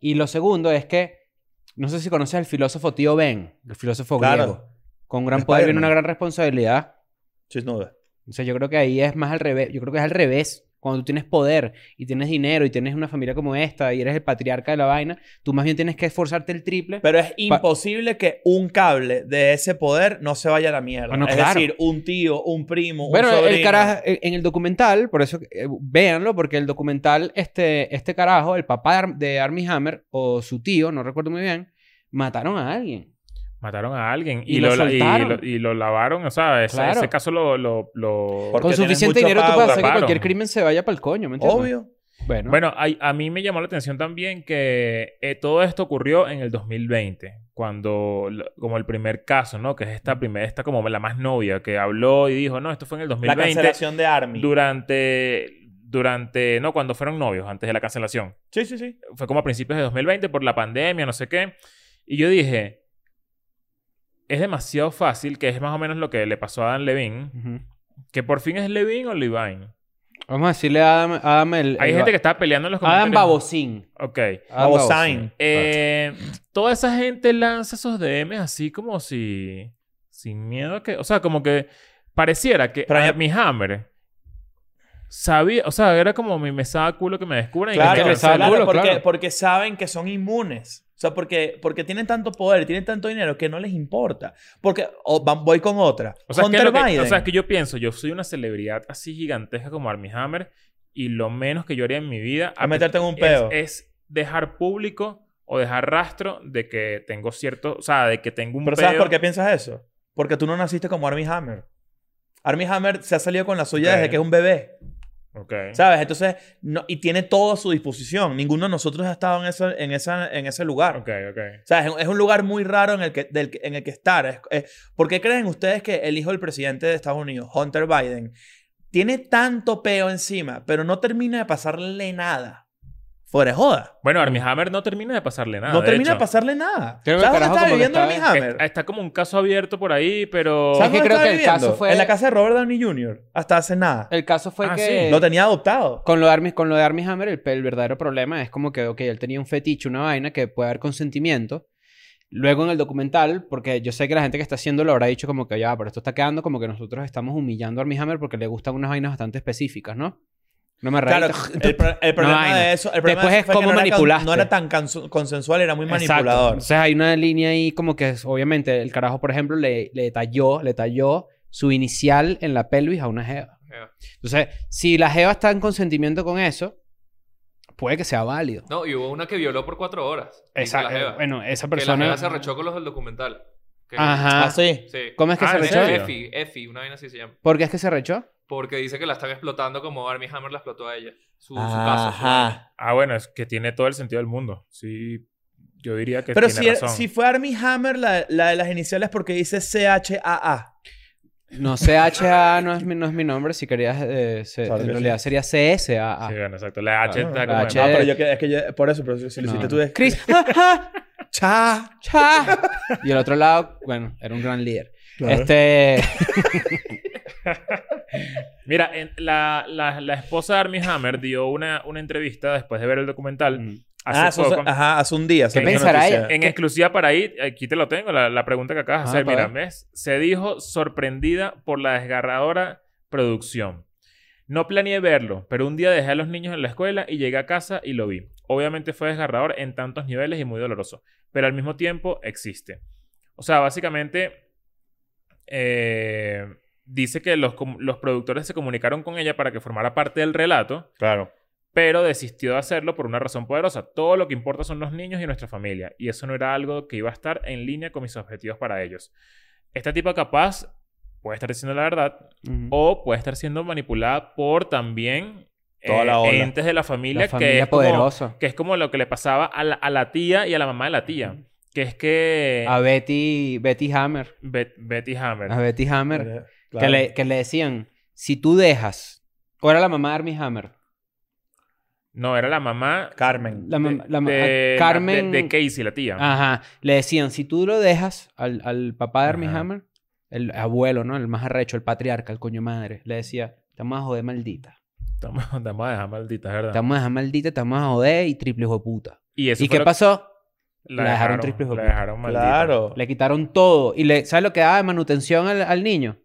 [SPEAKER 3] Y lo segundo es que, no sé si conoces al filósofo tío Ben, el filósofo
[SPEAKER 2] Claro.
[SPEAKER 3] griego. Con gran poder viene una gran responsabilidad.
[SPEAKER 2] Sin duda.
[SPEAKER 3] O sea, yo creo que ahí es más al revés. Yo creo que es al revés. Cuando tú tienes poder y tienes dinero y tienes una familia como esta y eres el patriarca de la vaina, tú más bien tienes que esforzarte el triple.
[SPEAKER 2] Pero es imposible que un cable de ese poder no se vaya a la mierda.
[SPEAKER 3] Bueno,
[SPEAKER 2] es
[SPEAKER 3] claro.
[SPEAKER 2] decir, un tío, un primo,
[SPEAKER 3] Bueno,
[SPEAKER 2] un sobrino.
[SPEAKER 3] el carajo, en en el documental, por eso eh, véanlo, porque el documental, este, este carajo, el papá de, Arm- de Armie Hammer o su tío, no recuerdo muy bien, mataron a alguien.
[SPEAKER 1] Mataron a alguien y,
[SPEAKER 3] Y
[SPEAKER 1] lo,
[SPEAKER 3] lo
[SPEAKER 1] la- y
[SPEAKER 3] soltaron.
[SPEAKER 1] lo- y lo lavaron. O sea, ese,
[SPEAKER 3] Claro.
[SPEAKER 1] ese caso lo... lo- lo-
[SPEAKER 2] Porque
[SPEAKER 3] Con
[SPEAKER 2] tienes
[SPEAKER 3] suficiente
[SPEAKER 2] mucho
[SPEAKER 3] dinero tú
[SPEAKER 2] power,
[SPEAKER 3] puedes hacer que
[SPEAKER 1] claro.
[SPEAKER 3] cualquier crimen se vaya para el coño, ¿me entiendes?
[SPEAKER 2] Obvio.
[SPEAKER 3] Bueno,
[SPEAKER 1] Bueno, hay- a, mí me llamó la atención también que eh, todo esto ocurrió en el 2020, cuando, lo- como el primer caso, ¿no? Que es esta primera, esta como la más novia, que habló y dijo, no, esto fue en el
[SPEAKER 2] La
[SPEAKER 1] 2020,
[SPEAKER 2] cancelación de Army.
[SPEAKER 1] durante, durante, no, cuando fueron novios, antes de la cancelación.
[SPEAKER 2] Sí, sí, sí.
[SPEAKER 1] Fue como a principios de 2020 por la pandemia, no sé qué. Y yo dije, es demasiado fácil, que es más o menos lo que le pasó a Dan Levine,
[SPEAKER 3] Ujú.
[SPEAKER 1] que por fin es Levine o Levine.
[SPEAKER 3] vamos a decirle a Adam, a Adam el...
[SPEAKER 1] Hay
[SPEAKER 3] el
[SPEAKER 1] gente que
[SPEAKER 3] ba-
[SPEAKER 1] está peleando en los
[SPEAKER 3] Adam
[SPEAKER 1] comentarios.
[SPEAKER 3] Babosín.
[SPEAKER 1] Ok.
[SPEAKER 3] Adam
[SPEAKER 2] Babosín.
[SPEAKER 1] Eh, toda esa gente lanza esos DMs así como si. Sin miedo a que. O sea, como que pareciera que
[SPEAKER 2] Pero hay-
[SPEAKER 1] mi Hammer sabía. O sea, era como mi mesada culo que me descubran y
[SPEAKER 2] Claro,
[SPEAKER 1] que me
[SPEAKER 3] le sabe
[SPEAKER 1] cancelan.
[SPEAKER 2] claro,
[SPEAKER 3] culo,
[SPEAKER 2] porque,
[SPEAKER 3] claro.
[SPEAKER 2] porque saben que son inmunes. O sea, porque, porque tienen tanto poder, tienen tanto dinero que no les importa. Porque o, van- voy con otra.
[SPEAKER 1] O sea, es que
[SPEAKER 2] Hunter
[SPEAKER 1] lo que-
[SPEAKER 2] Biden.
[SPEAKER 1] o sea, es que yo pienso, yo soy una celebridad así gigantesca como Armie Hammer y lo menos que yo haría en mi vida
[SPEAKER 2] a meterte en un
[SPEAKER 1] es,
[SPEAKER 2] peo.
[SPEAKER 1] es dejar público o dejar rastro de que tengo cierto, o sea, de que tengo un
[SPEAKER 2] Pero ¿sabes
[SPEAKER 1] peo.
[SPEAKER 2] por qué piensas eso? Porque tú no naciste como Army Hammer. Army Hammer se ha salido con la suya
[SPEAKER 1] Ok.
[SPEAKER 2] desde que es un bebé.
[SPEAKER 1] Ok.
[SPEAKER 2] ¿Sabes? Entonces, no, y tiene todo a su disposición. Ninguno de nosotros ha estado en, esa- en, esa, en ese lugar.
[SPEAKER 1] Ok, ok.
[SPEAKER 2] ¿Sabes? Es un lugar muy raro en el que, del que- en el que estar. Es- es- ¿Por qué creen ustedes que el hijo del presidente de Estados Unidos, Hunter Biden, tiene tanto peo encima, pero no termina de pasarle nada? Fuera de joda.
[SPEAKER 1] Bueno, Armie Hammer no termina de pasarle nada.
[SPEAKER 2] no
[SPEAKER 1] de
[SPEAKER 2] termina de
[SPEAKER 1] hecho.
[SPEAKER 2] pasarle nada.
[SPEAKER 3] Ah, Creo que
[SPEAKER 2] ¿Sabes dónde
[SPEAKER 3] carajo
[SPEAKER 2] está
[SPEAKER 3] como que
[SPEAKER 2] viviendo Armie
[SPEAKER 3] está-
[SPEAKER 2] Hammer?
[SPEAKER 1] Está, está como un caso abierto por ahí, pero.
[SPEAKER 2] ¿Sabes
[SPEAKER 3] Es que
[SPEAKER 2] dónde
[SPEAKER 3] creo
[SPEAKER 2] estaba
[SPEAKER 3] que el caso
[SPEAKER 2] viviendo?
[SPEAKER 3] fue- Eh,
[SPEAKER 2] En la casa de Robert Downey Jr. Hasta hace nada.
[SPEAKER 3] El caso fue
[SPEAKER 1] Ah,
[SPEAKER 3] que...
[SPEAKER 1] sí.
[SPEAKER 2] Lo tenía adoptado.
[SPEAKER 3] Con lo de Armie, con lo de Armie Hammer, el, el verdadero problema es como que, ok, él tenía un fetiche, una vaina que puede haber consentimiento. Luego en el documental, porque yo sé que la gente que está haciendo lo habrá dicho como que, ya, pero esto está quedando como que nosotros estamos humillando a Armie Hammer porque le gustan unas vainas bastante específicas, ¿no? No me
[SPEAKER 2] Claro,
[SPEAKER 3] reí.
[SPEAKER 2] el, pro- el problema
[SPEAKER 3] eh, vaina.
[SPEAKER 2] de eso, el problema de
[SPEAKER 3] Después
[SPEAKER 2] eso
[SPEAKER 3] es
[SPEAKER 2] fue que
[SPEAKER 3] cómo
[SPEAKER 2] no era can-
[SPEAKER 3] manipulaste.
[SPEAKER 2] no era tan canso- consensual, era muy
[SPEAKER 3] Exacto.
[SPEAKER 2] manipulador.
[SPEAKER 3] Entonces hay una línea ahí como que, es- obviamente, el carajo, por ejemplo, le, le talló, le talló su inicial en la pelvis a una jeva.
[SPEAKER 4] Yeah.
[SPEAKER 3] Entonces, si la Jeva está en consentimiento con eso, puede que sea válido.
[SPEAKER 4] No, y hubo una que violó por cuatro horas.
[SPEAKER 3] Esa,
[SPEAKER 4] La jeva.
[SPEAKER 3] eh, bueno, esa
[SPEAKER 4] Que la
[SPEAKER 3] persona.
[SPEAKER 4] jeva se arrechó con los del documental. Que-
[SPEAKER 3] Ajá.
[SPEAKER 2] Ah, sí.
[SPEAKER 4] Sí.
[SPEAKER 3] ¿Cómo es que
[SPEAKER 1] Ah,
[SPEAKER 3] se
[SPEAKER 1] ¿en
[SPEAKER 3] arrechó?
[SPEAKER 1] serio?
[SPEAKER 4] Effie, Effie, una vaina así se llama.
[SPEAKER 3] ¿Por qué es que se arrechó?
[SPEAKER 4] Porque dice que la están explotando como Armie Hammer la explotó a ella. Su, su caso. su-
[SPEAKER 2] Ajá.
[SPEAKER 1] Ah, bueno, es que tiene todo el sentido del mundo. Sí, yo diría que
[SPEAKER 2] Pero
[SPEAKER 1] tiene
[SPEAKER 2] si,
[SPEAKER 1] razón.
[SPEAKER 2] si fue Army Hammer la, la de las iniciales porque dice CHAA.
[SPEAKER 3] No,
[SPEAKER 4] [LAUGHS]
[SPEAKER 3] CHA no es mi, no es mi nombre. Si querías, eh, se-
[SPEAKER 2] Claro
[SPEAKER 3] en
[SPEAKER 2] que
[SPEAKER 3] realidad sería CSAA.
[SPEAKER 1] Sí, bueno, exacto. La H
[SPEAKER 2] Claro,
[SPEAKER 1] está
[SPEAKER 3] la
[SPEAKER 1] como...
[SPEAKER 3] H.
[SPEAKER 2] Ah, pero yo que- es que yo, por eso, pero si lo
[SPEAKER 3] No.
[SPEAKER 2] hiciste tú es
[SPEAKER 3] Chris, [LAUGHS] ja, ja,
[SPEAKER 2] Cha.
[SPEAKER 3] cha. Y el otro lado, bueno, era un gran líder.
[SPEAKER 2] Claro.
[SPEAKER 3] Este,
[SPEAKER 1] Mira, en- la, la, la esposa de Armie Hammer dio una, una entrevista después de ver el documental hace
[SPEAKER 2] Ah, eso-
[SPEAKER 1] poco.
[SPEAKER 2] ajá, hace un día. salió una
[SPEAKER 3] pensará
[SPEAKER 2] noticia.
[SPEAKER 3] ella?
[SPEAKER 1] En exclusiva para ahí, aquí te lo tengo, la, la pregunta que acabas de
[SPEAKER 3] Ah,
[SPEAKER 1] hacer.
[SPEAKER 3] para
[SPEAKER 1] Mira,
[SPEAKER 3] ver.
[SPEAKER 1] ¿ves? Se dijo sorprendida por la desgarradora producción. No planeé verlo, pero un día dejé a los niños en la escuela y llegué a casa y lo vi. Obviamente fue desgarrador en tantos niveles y muy doloroso, pero al mismo tiempo existe. O sea, básicamente eh, dice que los, com- los productores se comunicaron con ella para que formara parte del relato
[SPEAKER 2] Claro.
[SPEAKER 1] pero desistió de hacerlo por una razón poderosa. Todo lo que importa son los niños y nuestra familia, y eso no era algo que iba a estar en línea con mis objetivos para ellos. Esta tipa capaz puede estar diciendo la verdad
[SPEAKER 3] ujú.
[SPEAKER 1] o puede estar siendo manipulada por también eh,
[SPEAKER 2] Toda la ola.
[SPEAKER 1] entes de la familia,
[SPEAKER 3] la familia
[SPEAKER 1] que, es como,
[SPEAKER 3] poderosa.
[SPEAKER 1] que es como lo que le pasaba a la, a la tía y a la mamá de la tía, que es que
[SPEAKER 3] A Betty, Betty Hammer.
[SPEAKER 1] Bet- Betty Hammer.
[SPEAKER 3] A Betty Hammer.
[SPEAKER 2] Eh, Claro.
[SPEAKER 3] Que, le, que le decían, si tú dejas... ¿O era la mamá de Armie Hammer?
[SPEAKER 1] No, era la mamá
[SPEAKER 2] Carmen.
[SPEAKER 3] La, mam-
[SPEAKER 1] de-
[SPEAKER 3] la ma-
[SPEAKER 1] de-
[SPEAKER 3] Carmen... Ah.
[SPEAKER 1] de, de Casey, la tía.
[SPEAKER 3] Ajá. Le decían, si tú lo dejas al, al papá de Armie
[SPEAKER 1] Ajá.
[SPEAKER 3] Hammer, el abuelo, ¿no? El más arrecho, el patriarca, el coño madre. Le decía, te vamos a joder maldita.
[SPEAKER 1] Estamos, estamos a dejar malditas, ¿verdad?
[SPEAKER 3] Te vamos a dejar maldita, te vamos a joder y triple hijo de puta.
[SPEAKER 1] Y, eso
[SPEAKER 3] ¿Y
[SPEAKER 1] fue
[SPEAKER 3] qué
[SPEAKER 1] lo-
[SPEAKER 3] pasó?
[SPEAKER 1] La,
[SPEAKER 3] La
[SPEAKER 1] dejaron,
[SPEAKER 3] dejaron triple hijo de
[SPEAKER 1] La
[SPEAKER 3] puta.
[SPEAKER 1] dejaron maldita.
[SPEAKER 2] Claro.
[SPEAKER 3] Le quitaron todo. Y le, ¿sabes lo que daba de manutención al, al niño?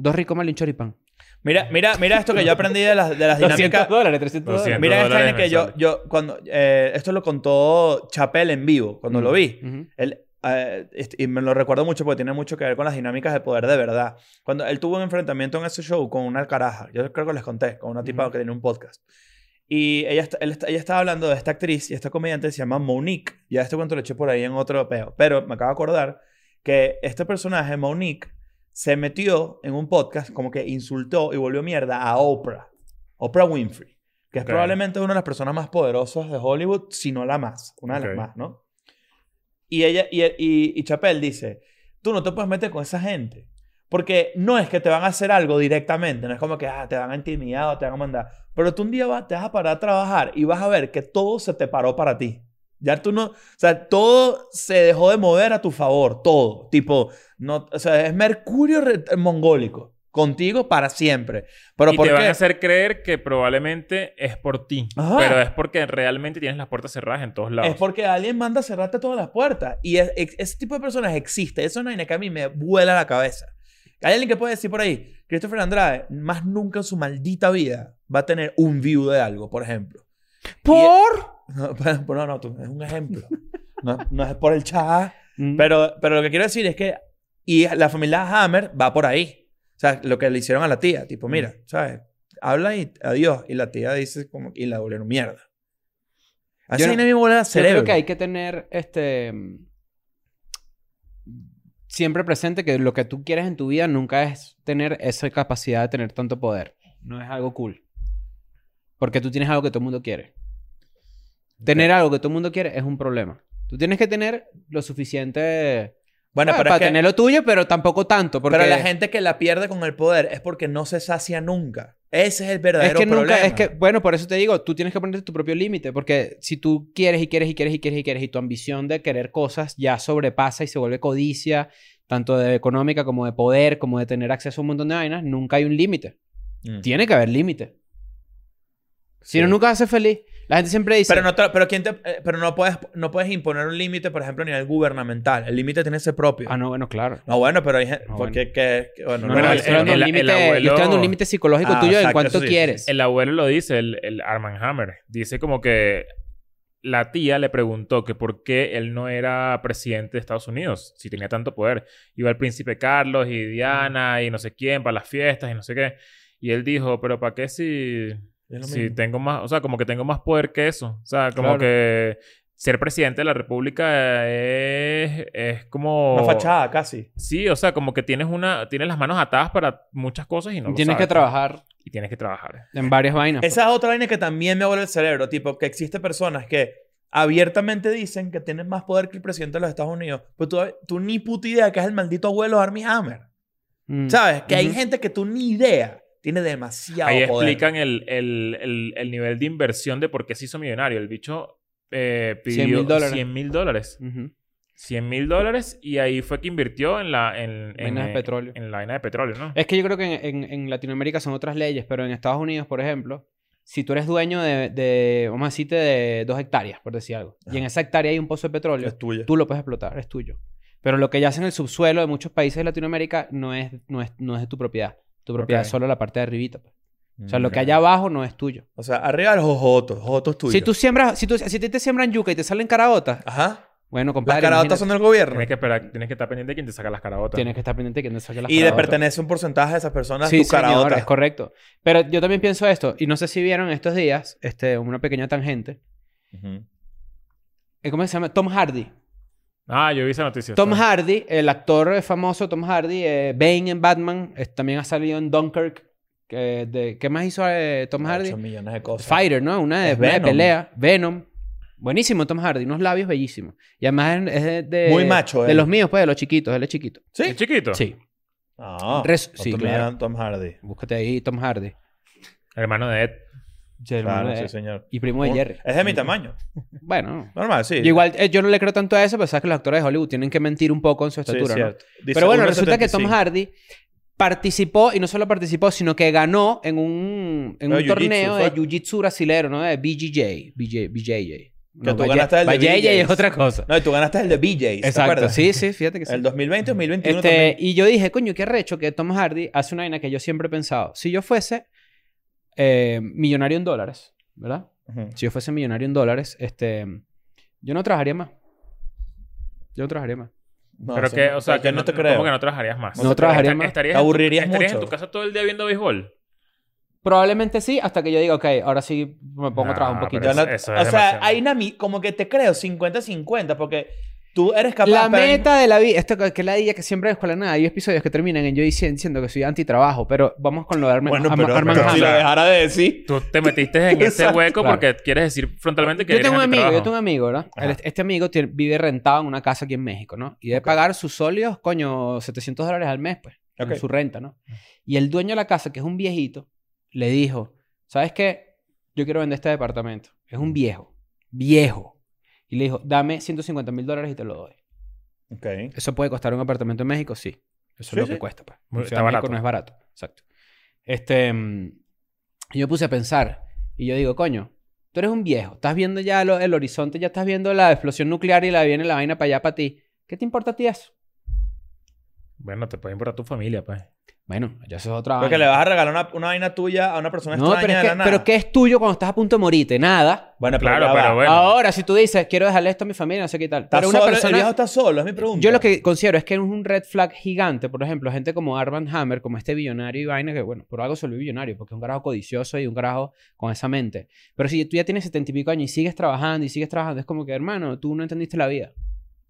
[SPEAKER 3] Dos ricos mal y un choripán.
[SPEAKER 2] Mira, mira, mira esto que yo aprendí de las,
[SPEAKER 3] [LAUGHS]
[SPEAKER 2] de las
[SPEAKER 3] 200
[SPEAKER 2] dinámicas.
[SPEAKER 3] dólares, 300 dólares.
[SPEAKER 2] Mira esta
[SPEAKER 1] dólares
[SPEAKER 2] vaina que yo,
[SPEAKER 1] mensuales.
[SPEAKER 2] yo cuando eh, esto lo contó Chapel en vivo cuando lo vi.
[SPEAKER 3] Mm. Ujú.
[SPEAKER 2] Él, eh, est- y me lo recuerdo mucho porque tiene mucho que ver con las dinámicas de poder de verdad. Cuando él tuvo un enfrentamiento en ese show con una caraja, yo creo que les conté, con una tipa
[SPEAKER 3] Ujú.
[SPEAKER 2] que tiene un podcast. Y ella, est- él est- ella estaba hablando de esta actriz y esta comediante se llama Monique. Ya este cuento lo eché por ahí en otro peo. Pero me acabo de acordar que este personaje, Monique, se metió en un podcast como que insultó y volvió mierda a Oprah. Oprah Winfrey. Que es
[SPEAKER 1] Ok.
[SPEAKER 2] probablemente una de las personas más poderosas de Hollywood, si no la más. Una
[SPEAKER 1] Ok.
[SPEAKER 2] de las más, ¿no? Y ella y, y, y Chappelle dice, tú no te puedes meter con esa gente. Porque no es que te van a hacer algo directamente, no es como que ah, te van a intimidar o te van a mandar. Pero tú un día vas, te vas a parar a trabajar y vas a ver que todo se te paró para ti. Ya tú no, o sea, todo se dejó de mover a tu favor, todo. Tipo, no, o sea, es mercurio re- mongólico contigo para siempre. Pero
[SPEAKER 1] y
[SPEAKER 2] ¿por
[SPEAKER 1] te van
[SPEAKER 2] qué?
[SPEAKER 1] a hacer creer que probablemente es por ti.
[SPEAKER 2] Ajá.
[SPEAKER 1] Pero es porque realmente tienes las puertas cerradas en todos lados.
[SPEAKER 2] Es porque alguien manda a cerrarte todas las puertas. Y es- ex- ese tipo de personas existe. Eso es una vaina que a mí me vuela la cabeza. Hay alguien que puede decir por ahí, Christopher Andrade, más nunca en su maldita vida va a tener un view de algo, por ejemplo.
[SPEAKER 3] ¿Por?
[SPEAKER 2] No, [LAUGHS] pero- pero no, no, tú- es un ejemplo. No, no es por el chat.
[SPEAKER 3] Mm.
[SPEAKER 2] Pero, pero lo que quiero decir es que y la familia Hammer va por ahí. O sea, lo que le hicieron a la tía,
[SPEAKER 3] Mm.
[SPEAKER 2] tipo, mira, ¿sabes? Habla y adiós. Y la tía dice como, y la volvieron mierda. Así
[SPEAKER 3] Yo no-
[SPEAKER 2] no, me vuela el
[SPEAKER 3] Yo
[SPEAKER 2] cerebro.
[SPEAKER 3] creo que hay que tener este siempre presente que lo que tú quieres en tu vida nunca es tener esa capacidad de tener tanto poder. No es algo cool. Porque tú tienes algo que todo el mundo quiere. Tener algo que todo el mundo quiere es un problema. Tú tienes que tener lo suficiente
[SPEAKER 2] Bueno,
[SPEAKER 3] ah,
[SPEAKER 2] pero es
[SPEAKER 3] para
[SPEAKER 2] que-
[SPEAKER 3] tener lo tuyo, pero tampoco tanto. Porque
[SPEAKER 2] Pero la gente que la pierde con el poder es porque no se sacia nunca. Ese es el
[SPEAKER 3] es
[SPEAKER 2] verdadero
[SPEAKER 3] que
[SPEAKER 2] problema.
[SPEAKER 3] nunca, es que, bueno, por eso te digo, tú tienes que ponerte tu propio límite, porque si tú quieres y quieres y quieres y quieres y quieres y tu ambición de querer cosas ya sobrepasa y se vuelve codicia, tanto de económica como de poder, como de tener acceso a un montón de vainas, nunca hay un límite.
[SPEAKER 2] Mm.
[SPEAKER 3] Tiene que haber límite. Si
[SPEAKER 2] Sí.
[SPEAKER 3] no, nunca vas a ser feliz. La gente siempre dice,
[SPEAKER 2] Pero, no, te- pero, quién te- eh, pero no, puedes, no puedes imponer un límite, por ejemplo, a nivel gubernamental. El límite tiene ese propio.
[SPEAKER 3] ah,
[SPEAKER 2] no.
[SPEAKER 3] no, bueno, claro.
[SPEAKER 2] bueno, pero hay gente.
[SPEAKER 3] No,
[SPEAKER 2] porque que, que- bueno,
[SPEAKER 3] No, no,
[SPEAKER 2] no,
[SPEAKER 1] Bueno,
[SPEAKER 3] yo
[SPEAKER 1] el-
[SPEAKER 3] estoy dando
[SPEAKER 1] el-
[SPEAKER 3] un
[SPEAKER 1] el
[SPEAKER 3] límite- yo
[SPEAKER 1] abuelo-
[SPEAKER 3] estoy dando un límite psicológico
[SPEAKER 2] Ah,
[SPEAKER 3] tuyo de
[SPEAKER 2] exacto,
[SPEAKER 3] cuánto
[SPEAKER 2] sí, sí,
[SPEAKER 3] quieres.
[SPEAKER 1] El abuelo lo dice, el, el Arman Hammer. Dice como que la tía le preguntó que por qué él no era presidente de Estados Unidos, si tenía tanto poder. Iba el príncipe Carlos y Diana y no sé quién para las fiestas y no sé qué. Y él dijo, pero ¿para qué si,
[SPEAKER 2] Es lo
[SPEAKER 1] si
[SPEAKER 2] mismo.
[SPEAKER 1] tengo más, o sea, como que tengo más poder que eso? O sea, como
[SPEAKER 2] Claro.
[SPEAKER 1] que ser presidente de la República es, es como...
[SPEAKER 2] Una fachada casi.
[SPEAKER 1] Sí, o sea, como que tienes una, tienes las manos atadas para muchas cosas y no lo
[SPEAKER 3] Tienes que
[SPEAKER 1] sabes.
[SPEAKER 3] trabajar
[SPEAKER 1] Y tienes que trabajar.
[SPEAKER 3] en varias vainas. pues.
[SPEAKER 2] Esa es otra vaina que también me vuelve el cerebro. Tipo, que existe personas que abiertamente dicen que tienen más poder que el presidente de los Estados Unidos. Pero tú, tú ni puta idea que es el maldito abuelo de Armie Hammer.
[SPEAKER 3] Mm.
[SPEAKER 2] ¿Sabes? Que hay
[SPEAKER 3] Ujú.
[SPEAKER 2] gente que tú ni idea tiene demasiado
[SPEAKER 1] Ahí
[SPEAKER 2] poder.
[SPEAKER 1] explican el, el- el- el nivel de inversión de por qué se hizo millonario. El bicho eh, pidió
[SPEAKER 3] 100.000 dólares.
[SPEAKER 1] 100 mil dólares.
[SPEAKER 3] Ujú.
[SPEAKER 1] 100 mil dólares y ahí fue que invirtió en la... En, en,
[SPEAKER 3] Vainas de
[SPEAKER 1] eh,
[SPEAKER 3] petróleo.
[SPEAKER 1] En la vaina de petróleo, ¿no?
[SPEAKER 3] Es que yo creo que en, en- en Latinoamérica son otras leyes, pero en Estados Unidos, por ejemplo, si tú eres dueño de, de, vamos a decirte, de dos hectáreas, por decir algo, y en esa hectárea hay un pozo de petróleo,
[SPEAKER 2] Es tuyo.
[SPEAKER 3] tú lo puedes explotar, es tuyo. Pero lo que ya hace en el subsuelo de muchos países de Latinoamérica no es, no es, no es de tu propiedad. Tu propiedad
[SPEAKER 1] Ok.
[SPEAKER 3] es solo la parte de arribita. pues. O
[SPEAKER 1] Mm.
[SPEAKER 3] sea, lo que
[SPEAKER 2] Ok.
[SPEAKER 3] hay abajo no es tuyo.
[SPEAKER 2] O sea, arriba los ojotos. Ojotos tuyos.
[SPEAKER 3] Si tú siembras, si, tú, si a ti te siembran yuca y te salen caraotas,
[SPEAKER 2] Ajá.
[SPEAKER 3] bueno,
[SPEAKER 2] Las
[SPEAKER 3] compadre,
[SPEAKER 2] carabotas son
[SPEAKER 3] imagínate,
[SPEAKER 2] del gobierno.
[SPEAKER 1] Tienes que esperar, tienes que estar pendiente de quién te saca las carabotas.
[SPEAKER 3] tienes que estar pendiente de que no saques las
[SPEAKER 2] Y le
[SPEAKER 3] caraotas.
[SPEAKER 2] pertenece un porcentaje de esas personas
[SPEAKER 3] Sí,
[SPEAKER 2] tus
[SPEAKER 3] señor,
[SPEAKER 2] carabotas.
[SPEAKER 3] es correcto. Pero yo también pienso esto, y no sé si vieron estos días, este, una pequeña tangente.
[SPEAKER 2] Ujú.
[SPEAKER 3] Eh, ¿Cómo se llama? Tom Hardy.
[SPEAKER 1] Ah, yo vi esa noticia.
[SPEAKER 3] Tom
[SPEAKER 1] está.
[SPEAKER 3] Hardy, el actor eh, famoso Tom Hardy, eh, Bane en Batman, eh, también ha salido en Dunkirk. que- de- ¿Qué más hizo eh, Tom Hardy?
[SPEAKER 2] Ocho millones de cosas.
[SPEAKER 3] Fighter, ¿no? Una de,
[SPEAKER 2] Es
[SPEAKER 3] una de
[SPEAKER 2] Venom.
[SPEAKER 3] pelea. Venom. Buenísimo Tom Hardy, unos labios bellísimos. Y además es de... de-
[SPEAKER 2] Muy macho,
[SPEAKER 3] De
[SPEAKER 2] él.
[SPEAKER 3] los míos, pues, de los chiquitos, él es chiquito.
[SPEAKER 1] ¿Es
[SPEAKER 2] ¿Sí? Ah,
[SPEAKER 1] chiquito?
[SPEAKER 3] Sí.
[SPEAKER 2] No.
[SPEAKER 3] Res-
[SPEAKER 2] no
[SPEAKER 3] sí,
[SPEAKER 2] te
[SPEAKER 3] claro.
[SPEAKER 2] miran Tom Hardy.
[SPEAKER 3] Búscate ahí Tom Hardy.
[SPEAKER 1] Hermano de Ed.
[SPEAKER 3] Sí, hermano
[SPEAKER 2] Claro,
[SPEAKER 3] de-
[SPEAKER 2] sí, eh, señor. Oh,
[SPEAKER 3] y primo de Jerry.
[SPEAKER 2] Es de mi tamaño.
[SPEAKER 3] Bueno.
[SPEAKER 2] Normal, sí.
[SPEAKER 3] Yo igual, eh, yo no le creo tanto a eso, pero sabes que los actores de Hollywood tienen que mentir un poco en su
[SPEAKER 2] Sí,
[SPEAKER 3] estatura, ¿no?
[SPEAKER 2] cierto. Dice
[SPEAKER 3] Pero bueno, resulta que
[SPEAKER 2] 1.75.
[SPEAKER 3] Tom Hardy participó, y no solo participó, sino que ganó en un, en
[SPEAKER 2] Pero
[SPEAKER 3] un
[SPEAKER 2] jiu-jitsu,
[SPEAKER 3] torneo de
[SPEAKER 2] fue.
[SPEAKER 3] jiu-jitsu brasilero, ¿no? De BJJ. BJ, BJJ. No,
[SPEAKER 2] tú
[SPEAKER 3] BJ
[SPEAKER 2] ganaste el de
[SPEAKER 3] BJJ es
[SPEAKER 2] BJJ.
[SPEAKER 3] otra cosa.
[SPEAKER 2] No, y tú ganaste el de BJs. ¿te
[SPEAKER 3] Exacto.
[SPEAKER 2] acuerdas?
[SPEAKER 3] Sí, sí, fíjate que sí.
[SPEAKER 2] El 2020, 2021
[SPEAKER 3] Este,
[SPEAKER 2] también.
[SPEAKER 3] y yo dije, coño, qué recho que Tom Hardy hace una vaina que yo siempre he pensado. Si yo fuese eh, millonario en dólares, ¿verdad?
[SPEAKER 2] Ujú.
[SPEAKER 3] Si yo fuese millonario en dólares, este, yo no trabajaría más. Yo no trabajaría más.
[SPEAKER 2] No,
[SPEAKER 1] pero
[SPEAKER 2] sí,
[SPEAKER 1] que, o sea,
[SPEAKER 2] pero
[SPEAKER 1] que
[SPEAKER 2] no te
[SPEAKER 1] ¿cómo
[SPEAKER 2] creo.
[SPEAKER 1] que no trabajarías más?
[SPEAKER 3] No trabajaría más.
[SPEAKER 1] Estarías,
[SPEAKER 2] Te aburrirías
[SPEAKER 1] estarías en
[SPEAKER 2] mucho.
[SPEAKER 1] tu casa todo el día viendo béisbol.
[SPEAKER 3] Probablemente sí, hasta que yo diga, ok, ahora sí me pongo a trabajar un
[SPEAKER 1] Nah,
[SPEAKER 3] poquito.
[SPEAKER 1] pero
[SPEAKER 2] Ya no-
[SPEAKER 1] eso- eso es
[SPEAKER 2] o sea,
[SPEAKER 1] demasiado.
[SPEAKER 2] hay una mi- como que te creo 50-50 porque tú eres capaz
[SPEAKER 3] La
[SPEAKER 2] pero-
[SPEAKER 3] meta de la vida, esto que que es la idea que siempre de escuela de nada, hay episodios que terminan en yo dici- diciendo que soy antitrabajo, pero vamos con lo de Arma-
[SPEAKER 2] Bueno,
[SPEAKER 3] Arma-
[SPEAKER 2] pero,
[SPEAKER 3] Armand
[SPEAKER 2] pero
[SPEAKER 1] Hammer.
[SPEAKER 2] si lo
[SPEAKER 3] Hammer.
[SPEAKER 2] dejara de decir.
[SPEAKER 1] Tú
[SPEAKER 2] [LAUGHS]
[SPEAKER 1] te metiste en ese
[SPEAKER 2] Exacto.
[SPEAKER 1] hueco
[SPEAKER 3] Claro.
[SPEAKER 1] porque quieres decir frontalmente que
[SPEAKER 3] Yo tengo un
[SPEAKER 1] eres
[SPEAKER 3] amigo, yo
[SPEAKER 1] antitrabajo.
[SPEAKER 3] tengo un amigo, ¿verdad?
[SPEAKER 2] Ajá.
[SPEAKER 3] Este- Este amigo tiene- vive rentado en una casa aquí en México, ¿no? Y debe pagar sus sólidos, coño, 700 dólares al mes, pues, en
[SPEAKER 2] Ok.
[SPEAKER 3] su renta, ¿no? Y el dueño de la casa, que es un viejito, le dijo, ¿sabes qué? Yo quiero vender este departamento. Es un viejo, viejo. Y le dijo, dame 150 mil dólares y te lo doy.
[SPEAKER 2] Ok.
[SPEAKER 3] ¿Eso puede costar un apartamento en México? Sí. Eso es
[SPEAKER 2] Sí,
[SPEAKER 3] lo que
[SPEAKER 2] sí.
[SPEAKER 3] cuesta. Pues.
[SPEAKER 1] Muy-
[SPEAKER 3] En
[SPEAKER 1] está
[SPEAKER 3] Ciudad de México
[SPEAKER 1] barato.
[SPEAKER 3] no es barato. Exacto. Este, mm, y yo me puse a pensar y yo digo, coño, tú eres un viejo. Estás viendo ya lo- el horizonte, ya estás viendo la explosión nuclear y la viene la vaina para allá para ti. ¿Qué te importa a ti eso?
[SPEAKER 1] Bueno, te puede importar tu familia, pues.
[SPEAKER 3] Bueno, ya eso es otra
[SPEAKER 2] Porque
[SPEAKER 3] vaina.
[SPEAKER 2] le vas a regalar una, una vaina tuya a una persona
[SPEAKER 3] no,
[SPEAKER 2] extraña
[SPEAKER 3] pero, es
[SPEAKER 2] de
[SPEAKER 3] que,
[SPEAKER 2] la nada.
[SPEAKER 3] pero ¿qué es tuyo cuando estás a punto de morirte? Nada.
[SPEAKER 2] Bueno, pero
[SPEAKER 1] Claro,
[SPEAKER 2] ya va.
[SPEAKER 1] pero bueno.
[SPEAKER 3] Ahora, si tú dices, quiero dejarle esto a mi familia, no sé qué y tal.
[SPEAKER 2] ¿Está
[SPEAKER 3] Pero una
[SPEAKER 2] solo? El
[SPEAKER 3] persona...
[SPEAKER 2] viejo está solo, es mi pregunta.
[SPEAKER 3] Yo lo que considero es que es un red flag gigante, por ejemplo, gente como Arvan Hammer, como este billonario y vaina, que bueno, por algo se volvió billonario, porque es un carajo codicioso y un carajo con esa mente. Pero si tú ya tienes setenta y pico años y sigues trabajando y sigues trabajando, es como que, hermano, tú no entendiste la vida.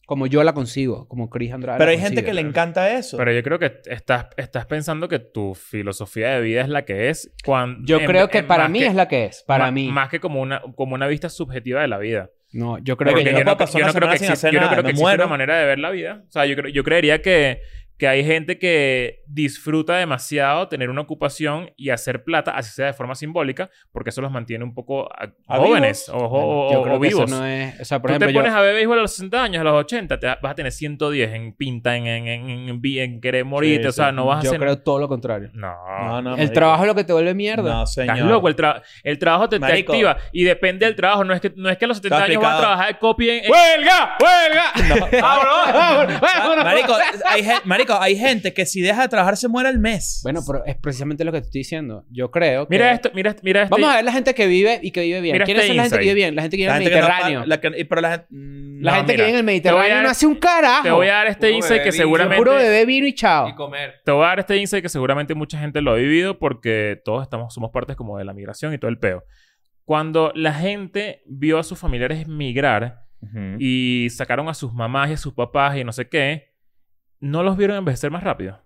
[SPEAKER 3] Como yo la consigo, como Chris Andrade.
[SPEAKER 2] Pero
[SPEAKER 3] la
[SPEAKER 2] hay gente que
[SPEAKER 3] concibe.
[SPEAKER 2] le encanta eso.
[SPEAKER 1] Pero yo creo que estás, estás pensando que tu filosofía de vida es la que es. Cuando,
[SPEAKER 3] Yo creo que para mí es la que es, para
[SPEAKER 1] ma-
[SPEAKER 3] mí.
[SPEAKER 1] eh, Más que como una, como una vista subjetiva de la vida.
[SPEAKER 3] No, yo creo
[SPEAKER 1] Porque
[SPEAKER 3] que
[SPEAKER 2] yo
[SPEAKER 1] yo
[SPEAKER 2] no
[SPEAKER 1] no
[SPEAKER 2] puedo pasar
[SPEAKER 1] yo
[SPEAKER 2] una
[SPEAKER 1] no creo
[SPEAKER 2] semana
[SPEAKER 1] que
[SPEAKER 2] sin
[SPEAKER 1] existe-
[SPEAKER 2] hacer
[SPEAKER 1] yo no
[SPEAKER 2] nada,
[SPEAKER 1] creo
[SPEAKER 2] me
[SPEAKER 1] que existe una
[SPEAKER 2] muero.
[SPEAKER 1] manera de ver la vida. O sea, yo, creo- yo creería que, que hay gente que disfruta demasiado tener una ocupación y hacer plata, así sea de forma simbólica, porque eso los mantiene un poco a-
[SPEAKER 2] ¿A
[SPEAKER 1] jóvenes o,
[SPEAKER 3] Bueno,
[SPEAKER 1] o-
[SPEAKER 3] yo
[SPEAKER 1] o
[SPEAKER 3] creo que
[SPEAKER 1] vivos.
[SPEAKER 3] Eso no es... O sea, por
[SPEAKER 1] Tú
[SPEAKER 3] ejemplo,
[SPEAKER 1] te pones
[SPEAKER 3] yo...
[SPEAKER 1] a ver béisbol a los 60 años, a los 80, te va- vas a tener 110 en pinta, en, en, en, en- en querer morirte.
[SPEAKER 2] Sí,
[SPEAKER 1] o sea,
[SPEAKER 2] sí.
[SPEAKER 1] no vas a
[SPEAKER 3] Yo
[SPEAKER 1] hacer...
[SPEAKER 3] creo todo lo contrario.
[SPEAKER 1] No.
[SPEAKER 2] No, no,
[SPEAKER 3] el
[SPEAKER 2] marico.
[SPEAKER 3] trabajo es lo que te vuelve mierda.
[SPEAKER 2] No,
[SPEAKER 1] Estás
[SPEAKER 2] señor. [LAUGHS]
[SPEAKER 1] loco. El, tra- el trabajo te, te
[SPEAKER 2] Marico.
[SPEAKER 1] activa. Y depende del trabajo. No es que, no es que a los 70
[SPEAKER 2] Está
[SPEAKER 1] años vas a [LAUGHS]
[SPEAKER 2] aplicado.
[SPEAKER 1] trabajar de copy en... ¡Huelga! ¡Huelga!
[SPEAKER 3] [LAUGHS]
[SPEAKER 2] No. [LAUGHS]
[SPEAKER 1] ¡Vámonos! ¡Vámonos!
[SPEAKER 2] Ah, Marico, hay gen- marico, Marico, hay gente que si deja de trabajar se muere al mes.
[SPEAKER 3] Bueno, pero es precisamente lo que te estoy diciendo. Yo creo que...
[SPEAKER 1] Mira esto, mira, mira este.
[SPEAKER 3] Vamos a ver la gente que vive y que vive bien.
[SPEAKER 1] Mira
[SPEAKER 3] ¿Quiénes
[SPEAKER 1] este
[SPEAKER 3] son la gente que vive
[SPEAKER 1] insight.
[SPEAKER 3] bien? La gente que vive en el
[SPEAKER 2] que no pa-
[SPEAKER 3] Mediterráneo. La,
[SPEAKER 2] la que- y- pero la gente. mm,
[SPEAKER 1] La- No,
[SPEAKER 3] gente que
[SPEAKER 1] mira.
[SPEAKER 3] vive en el
[SPEAKER 1] Te voy a
[SPEAKER 3] Mediterráneo
[SPEAKER 1] dar-
[SPEAKER 3] no hace un carajo.
[SPEAKER 1] Te voy a dar este
[SPEAKER 4] Puro
[SPEAKER 1] insight que
[SPEAKER 4] bebé,
[SPEAKER 3] Yo
[SPEAKER 1] seguramente.
[SPEAKER 3] puro bebé vino y chao.
[SPEAKER 4] Y comer.
[SPEAKER 1] Te voy a dar este insight que seguramente mucha gente lo ha vivido porque todos estamos, somos partes como de la migración y todo el peo. Cuando la gente vio a sus familiares migrar
[SPEAKER 2] Ujú.
[SPEAKER 1] y sacaron a sus mamás y a sus papás y no sé qué, no los vieron envejecer más rápido.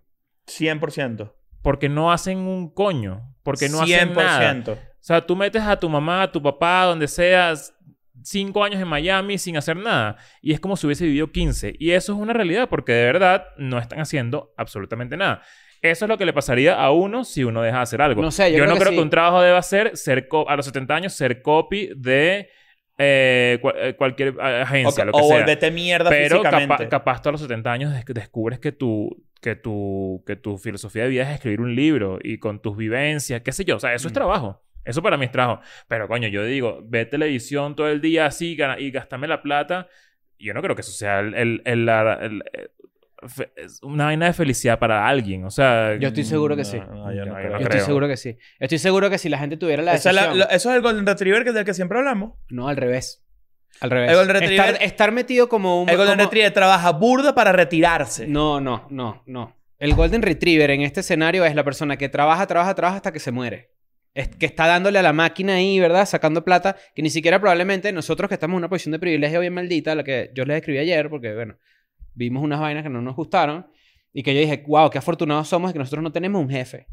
[SPEAKER 2] 100%.
[SPEAKER 1] Porque no hacen un coño. Porque no hacen nada.
[SPEAKER 2] 100%.
[SPEAKER 1] O sea, tú metes a tu mamá, a tu papá, donde seas, cinco años en Miami sin hacer nada. Y es como si hubiese vivido 15. Y eso es una realidad, porque de verdad no están haciendo absolutamente nada. Eso es lo que le pasaría a uno si uno deja de hacer algo.
[SPEAKER 3] No sé, yo creo
[SPEAKER 1] no
[SPEAKER 3] que
[SPEAKER 1] creo
[SPEAKER 3] sí.
[SPEAKER 1] que un trabajo deba ser, ser co- a los 70 años, ser copy de eh, cua- eh, cualquier eh, agencia,
[SPEAKER 2] O,
[SPEAKER 1] lo que
[SPEAKER 2] o
[SPEAKER 1] sea.
[SPEAKER 2] volvete mierda
[SPEAKER 1] Pero
[SPEAKER 2] físicamente.
[SPEAKER 1] capa- capaz tú a los 70 años des- descubres que tu, que, tu, que tu filosofía de vida es escribir un libro y con tus vivencias, qué sé yo. O sea, eso es
[SPEAKER 2] Mm.
[SPEAKER 1] trabajo. Eso para mí es trabajo. Pero coño, yo digo, ve televisión todo el día así gana- y gastame la plata. Yo no creo que eso sea el, el- el- la- el- eh, fe- es una vaina de felicidad para alguien. O sea,
[SPEAKER 3] Yo estoy seguro que sí.
[SPEAKER 2] No, no, yo
[SPEAKER 1] Yo
[SPEAKER 2] no creo.
[SPEAKER 1] creo.
[SPEAKER 3] Yo estoy
[SPEAKER 1] creo.
[SPEAKER 3] seguro que sí. Estoy seguro que si la gente tuviera la
[SPEAKER 2] Esa es
[SPEAKER 3] decisión...
[SPEAKER 2] la- lo- eso es el Golden Retriever que del que siempre hablamos.
[SPEAKER 3] No, al revés. Al revés.
[SPEAKER 2] El Golden Retriever-
[SPEAKER 3] estar, estar metido como un...
[SPEAKER 2] El Golden
[SPEAKER 3] como-
[SPEAKER 2] Retriever trabaja burda para retirarse.
[SPEAKER 3] No, no, no, no. El Golden Retriever en este escenario es la persona que trabaja, trabaja, trabaja hasta que se muere. Es que está dándole a la máquina ahí, ¿verdad? Sacando plata, que ni siquiera probablemente nosotros que estamos en una posición de privilegio bien maldita, la que yo les escribí ayer, porque, bueno, vimos unas vainas que no nos gustaron, y que yo dije, wow, qué afortunados somos de que nosotros no tenemos un jefe.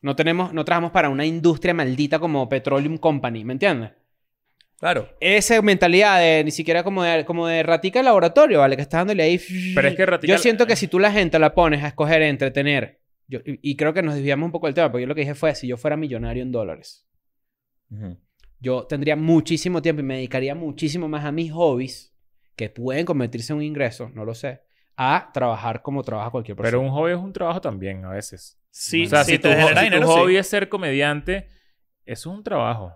[SPEAKER 3] No tenemos, no trabajamos para una industria maldita como Petroleum Company, ¿me entiendes?
[SPEAKER 2] Claro.
[SPEAKER 3] esa mentalidad de ni siquiera como de, como de ratica de laboratorio, ¿vale? Que estás dándole ahí.
[SPEAKER 1] Pero es que eh, ratica-
[SPEAKER 3] Yo siento que si tú la gente la pones a escoger entre tener. yo- y, y creo que nos desviamos un poco del tema, porque yo lo que dije fue: si yo fuera millonario en dólares, yo tendría muchísimo tiempo y me dedicaría muchísimo más a mis hobbies, que pueden convertirse en un ingreso, no lo sé, a trabajar como trabaja cualquier persona.
[SPEAKER 1] Pero un hobby es un trabajo también a veces.
[SPEAKER 2] Sí,
[SPEAKER 1] o sea,
[SPEAKER 2] sí,
[SPEAKER 1] si tu,
[SPEAKER 2] te
[SPEAKER 1] ho-
[SPEAKER 2] genera
[SPEAKER 1] si tu
[SPEAKER 2] dinero, sí.
[SPEAKER 1] hobby es ser comediante, eso es un trabajo.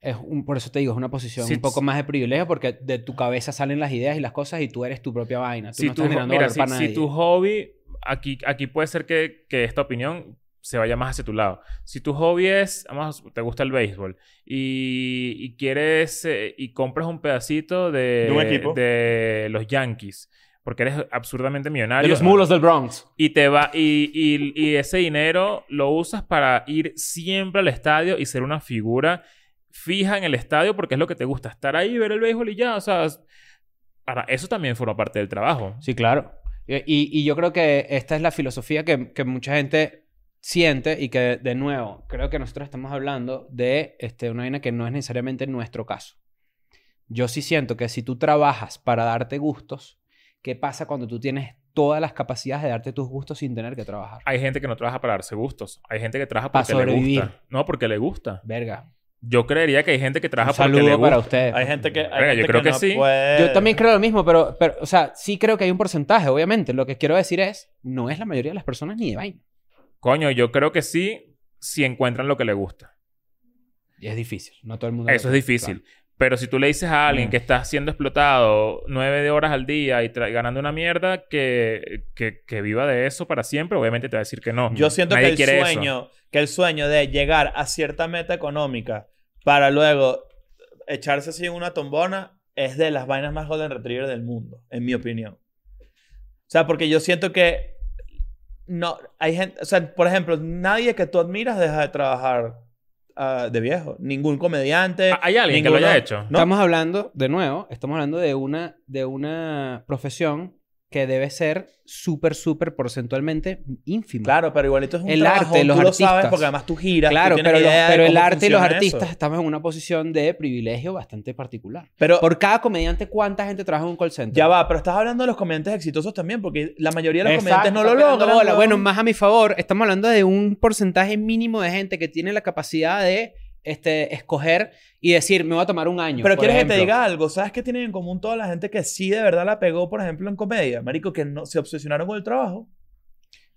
[SPEAKER 3] Es un- por eso te digo, es una posición
[SPEAKER 1] Sí,
[SPEAKER 3] un poco
[SPEAKER 1] sí.
[SPEAKER 3] más de privilegio, porque de tu cabeza salen las ideas y las cosas y tú eres tu propia vaina. Tú
[SPEAKER 1] si
[SPEAKER 3] no
[SPEAKER 1] tu,
[SPEAKER 3] estás generando
[SPEAKER 1] mira,
[SPEAKER 3] valor
[SPEAKER 1] si,
[SPEAKER 3] para
[SPEAKER 1] si
[SPEAKER 3] nadie.
[SPEAKER 1] tu hobby, aquí, aquí puede ser que, que esta opinión se vaya más hacia tu lado. Si tu hobby es, vamos, te gusta el béisbol y, y quieres eh, y compras un pedacito de,
[SPEAKER 2] De un equipo.
[SPEAKER 1] de los Yankees, porque eres absurdamente millonario.
[SPEAKER 3] De los mulos del Bronx.
[SPEAKER 1] Y te va, y, y- y ese dinero lo usas para ir siempre al estadio y ser una figura fija en el estadio porque es lo que te gusta, estar ahí, ver el béisbol y ya, o sea, es- ahora, eso también forma parte del trabajo.
[SPEAKER 3] Sí, claro. Y, y- y yo creo que esta es la filosofía que, que mucha gente siente y que, de nuevo, creo que nosotros estamos hablando de este, una vaina que no es necesariamente nuestro caso. Yo sí siento que si tú trabajas para darte gustos, ¿qué pasa cuando tú tienes todas las capacidades de darte tus gustos sin tener que trabajar?
[SPEAKER 1] Hay gente que no trabaja para darse gustos, hay gente que trabaja
[SPEAKER 3] Para
[SPEAKER 1] porque le
[SPEAKER 3] sobrevivir.
[SPEAKER 1] gusta. No, porque le gusta.
[SPEAKER 3] Verga.
[SPEAKER 1] Yo creería que hay gente que trabaja
[SPEAKER 3] Un
[SPEAKER 1] porque le
[SPEAKER 3] saludo para
[SPEAKER 1] gusta. eh.
[SPEAKER 3] ustedes.
[SPEAKER 2] Hay gente que. hay
[SPEAKER 1] Verga, yo
[SPEAKER 2] gente
[SPEAKER 1] creo que
[SPEAKER 2] no
[SPEAKER 1] sí.
[SPEAKER 2] puede-
[SPEAKER 3] Yo también creo lo mismo, pero, pero, o sea, sí creo que hay un porcentaje, obviamente. Lo que quiero decir es, no es la mayoría de las personas ni de vaina.
[SPEAKER 1] Coño, yo creo que sí si encuentran lo que le gusta.
[SPEAKER 3] Y es difícil. No todo el mundo. lo
[SPEAKER 1] Eso es
[SPEAKER 3] tiene,
[SPEAKER 1] difícil. Pero si tú le dices a alguien que está siendo explotado nueve de horas al día y tra- ganando una mierda que, que, que viva de eso para siempre, obviamente te va a decir que no.
[SPEAKER 2] Yo siento
[SPEAKER 1] Nadie
[SPEAKER 2] que
[SPEAKER 1] quiere
[SPEAKER 2] el
[SPEAKER 1] eso.
[SPEAKER 2] sueño, que el sueño de llegar a cierta meta económica para luego echarse así en una tombona es de las vainas más golden retriever del mundo, en mi opinión. O sea, porque yo siento que no hay gente, o sea, por ejemplo, nadie que tú admiras deja de trabajar ah, de viejo, ningún comediante.
[SPEAKER 3] Ah,
[SPEAKER 1] ¿Hay alguien que lo haya
[SPEAKER 2] ninguno-
[SPEAKER 1] hecho?
[SPEAKER 2] ¿no?
[SPEAKER 3] Estamos hablando, de nuevo, estamos hablando de una, de una profesión que debe ser súper, súper porcentualmente ínfima.
[SPEAKER 2] Claro, pero igualito es un
[SPEAKER 3] El
[SPEAKER 2] trabajo,
[SPEAKER 3] arte, los
[SPEAKER 2] tú lo sabes
[SPEAKER 3] artistas.
[SPEAKER 2] porque además tú giras,
[SPEAKER 3] Claro,
[SPEAKER 2] tú tienes
[SPEAKER 3] pero, los-
[SPEAKER 2] idea de
[SPEAKER 3] pero el
[SPEAKER 2] cómo
[SPEAKER 3] arte y los
[SPEAKER 2] funciona eso.
[SPEAKER 3] artistas estamos en una posición de privilegio bastante particular.
[SPEAKER 2] Pero
[SPEAKER 3] Por cada comediante, ¿cuánta gente trabaja en un call center?
[SPEAKER 2] Ya va, pero estás hablando de los comediantes exitosos también, porque la mayoría de los
[SPEAKER 3] Exacto,
[SPEAKER 2] comediantes no lo
[SPEAKER 3] está pegando
[SPEAKER 2] logran.
[SPEAKER 3] bola.
[SPEAKER 2] weón.
[SPEAKER 3] Bueno, más a mi favor, estamos hablando de un porcentaje mínimo de gente que tiene la capacidad de este, escoger y decir, me voy a tomar un año.
[SPEAKER 2] Pero
[SPEAKER 3] por
[SPEAKER 2] quieres que te
[SPEAKER 3] ejemplo.
[SPEAKER 2] diga algo. ¿Sabes qué tienen en común toda la gente que sí de verdad la pegó, por ejemplo, en comedia? Marico, que no, se obsesionaron con el trabajo.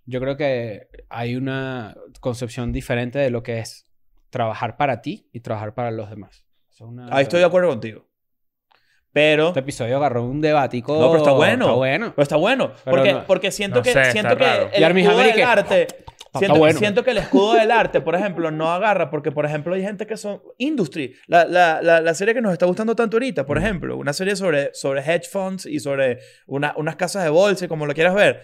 [SPEAKER 3] Yo creo que hay una concepción diferente de lo que es trabajar para ti y trabajar para los demás. Eso es una-
[SPEAKER 2] Ahí estoy de acuerdo contigo. Pero.
[SPEAKER 3] Este episodio agarró un debatico.
[SPEAKER 2] No, pero está bueno.
[SPEAKER 3] Está bueno.
[SPEAKER 2] Pero está bueno.
[SPEAKER 3] Pero
[SPEAKER 2] porque,
[SPEAKER 3] no-
[SPEAKER 2] porque siento
[SPEAKER 1] no
[SPEAKER 2] que,
[SPEAKER 1] sé, está
[SPEAKER 2] siento que
[SPEAKER 1] raro.
[SPEAKER 2] el
[SPEAKER 3] Y Armie
[SPEAKER 2] escudo
[SPEAKER 3] Hammer y
[SPEAKER 2] del
[SPEAKER 3] que- [LAUGHS]
[SPEAKER 2] arte. Siento,
[SPEAKER 3] bueno.
[SPEAKER 2] siento que el escudo del arte, por ejemplo, no agarra, porque, por ejemplo, hay gente que son industry. La, la, la, la serie que nos está gustando tanto ahorita, por ejemplo, una serie sobre, sobre hedge funds y sobre una- unas casas de bolsa, y como lo quieras ver.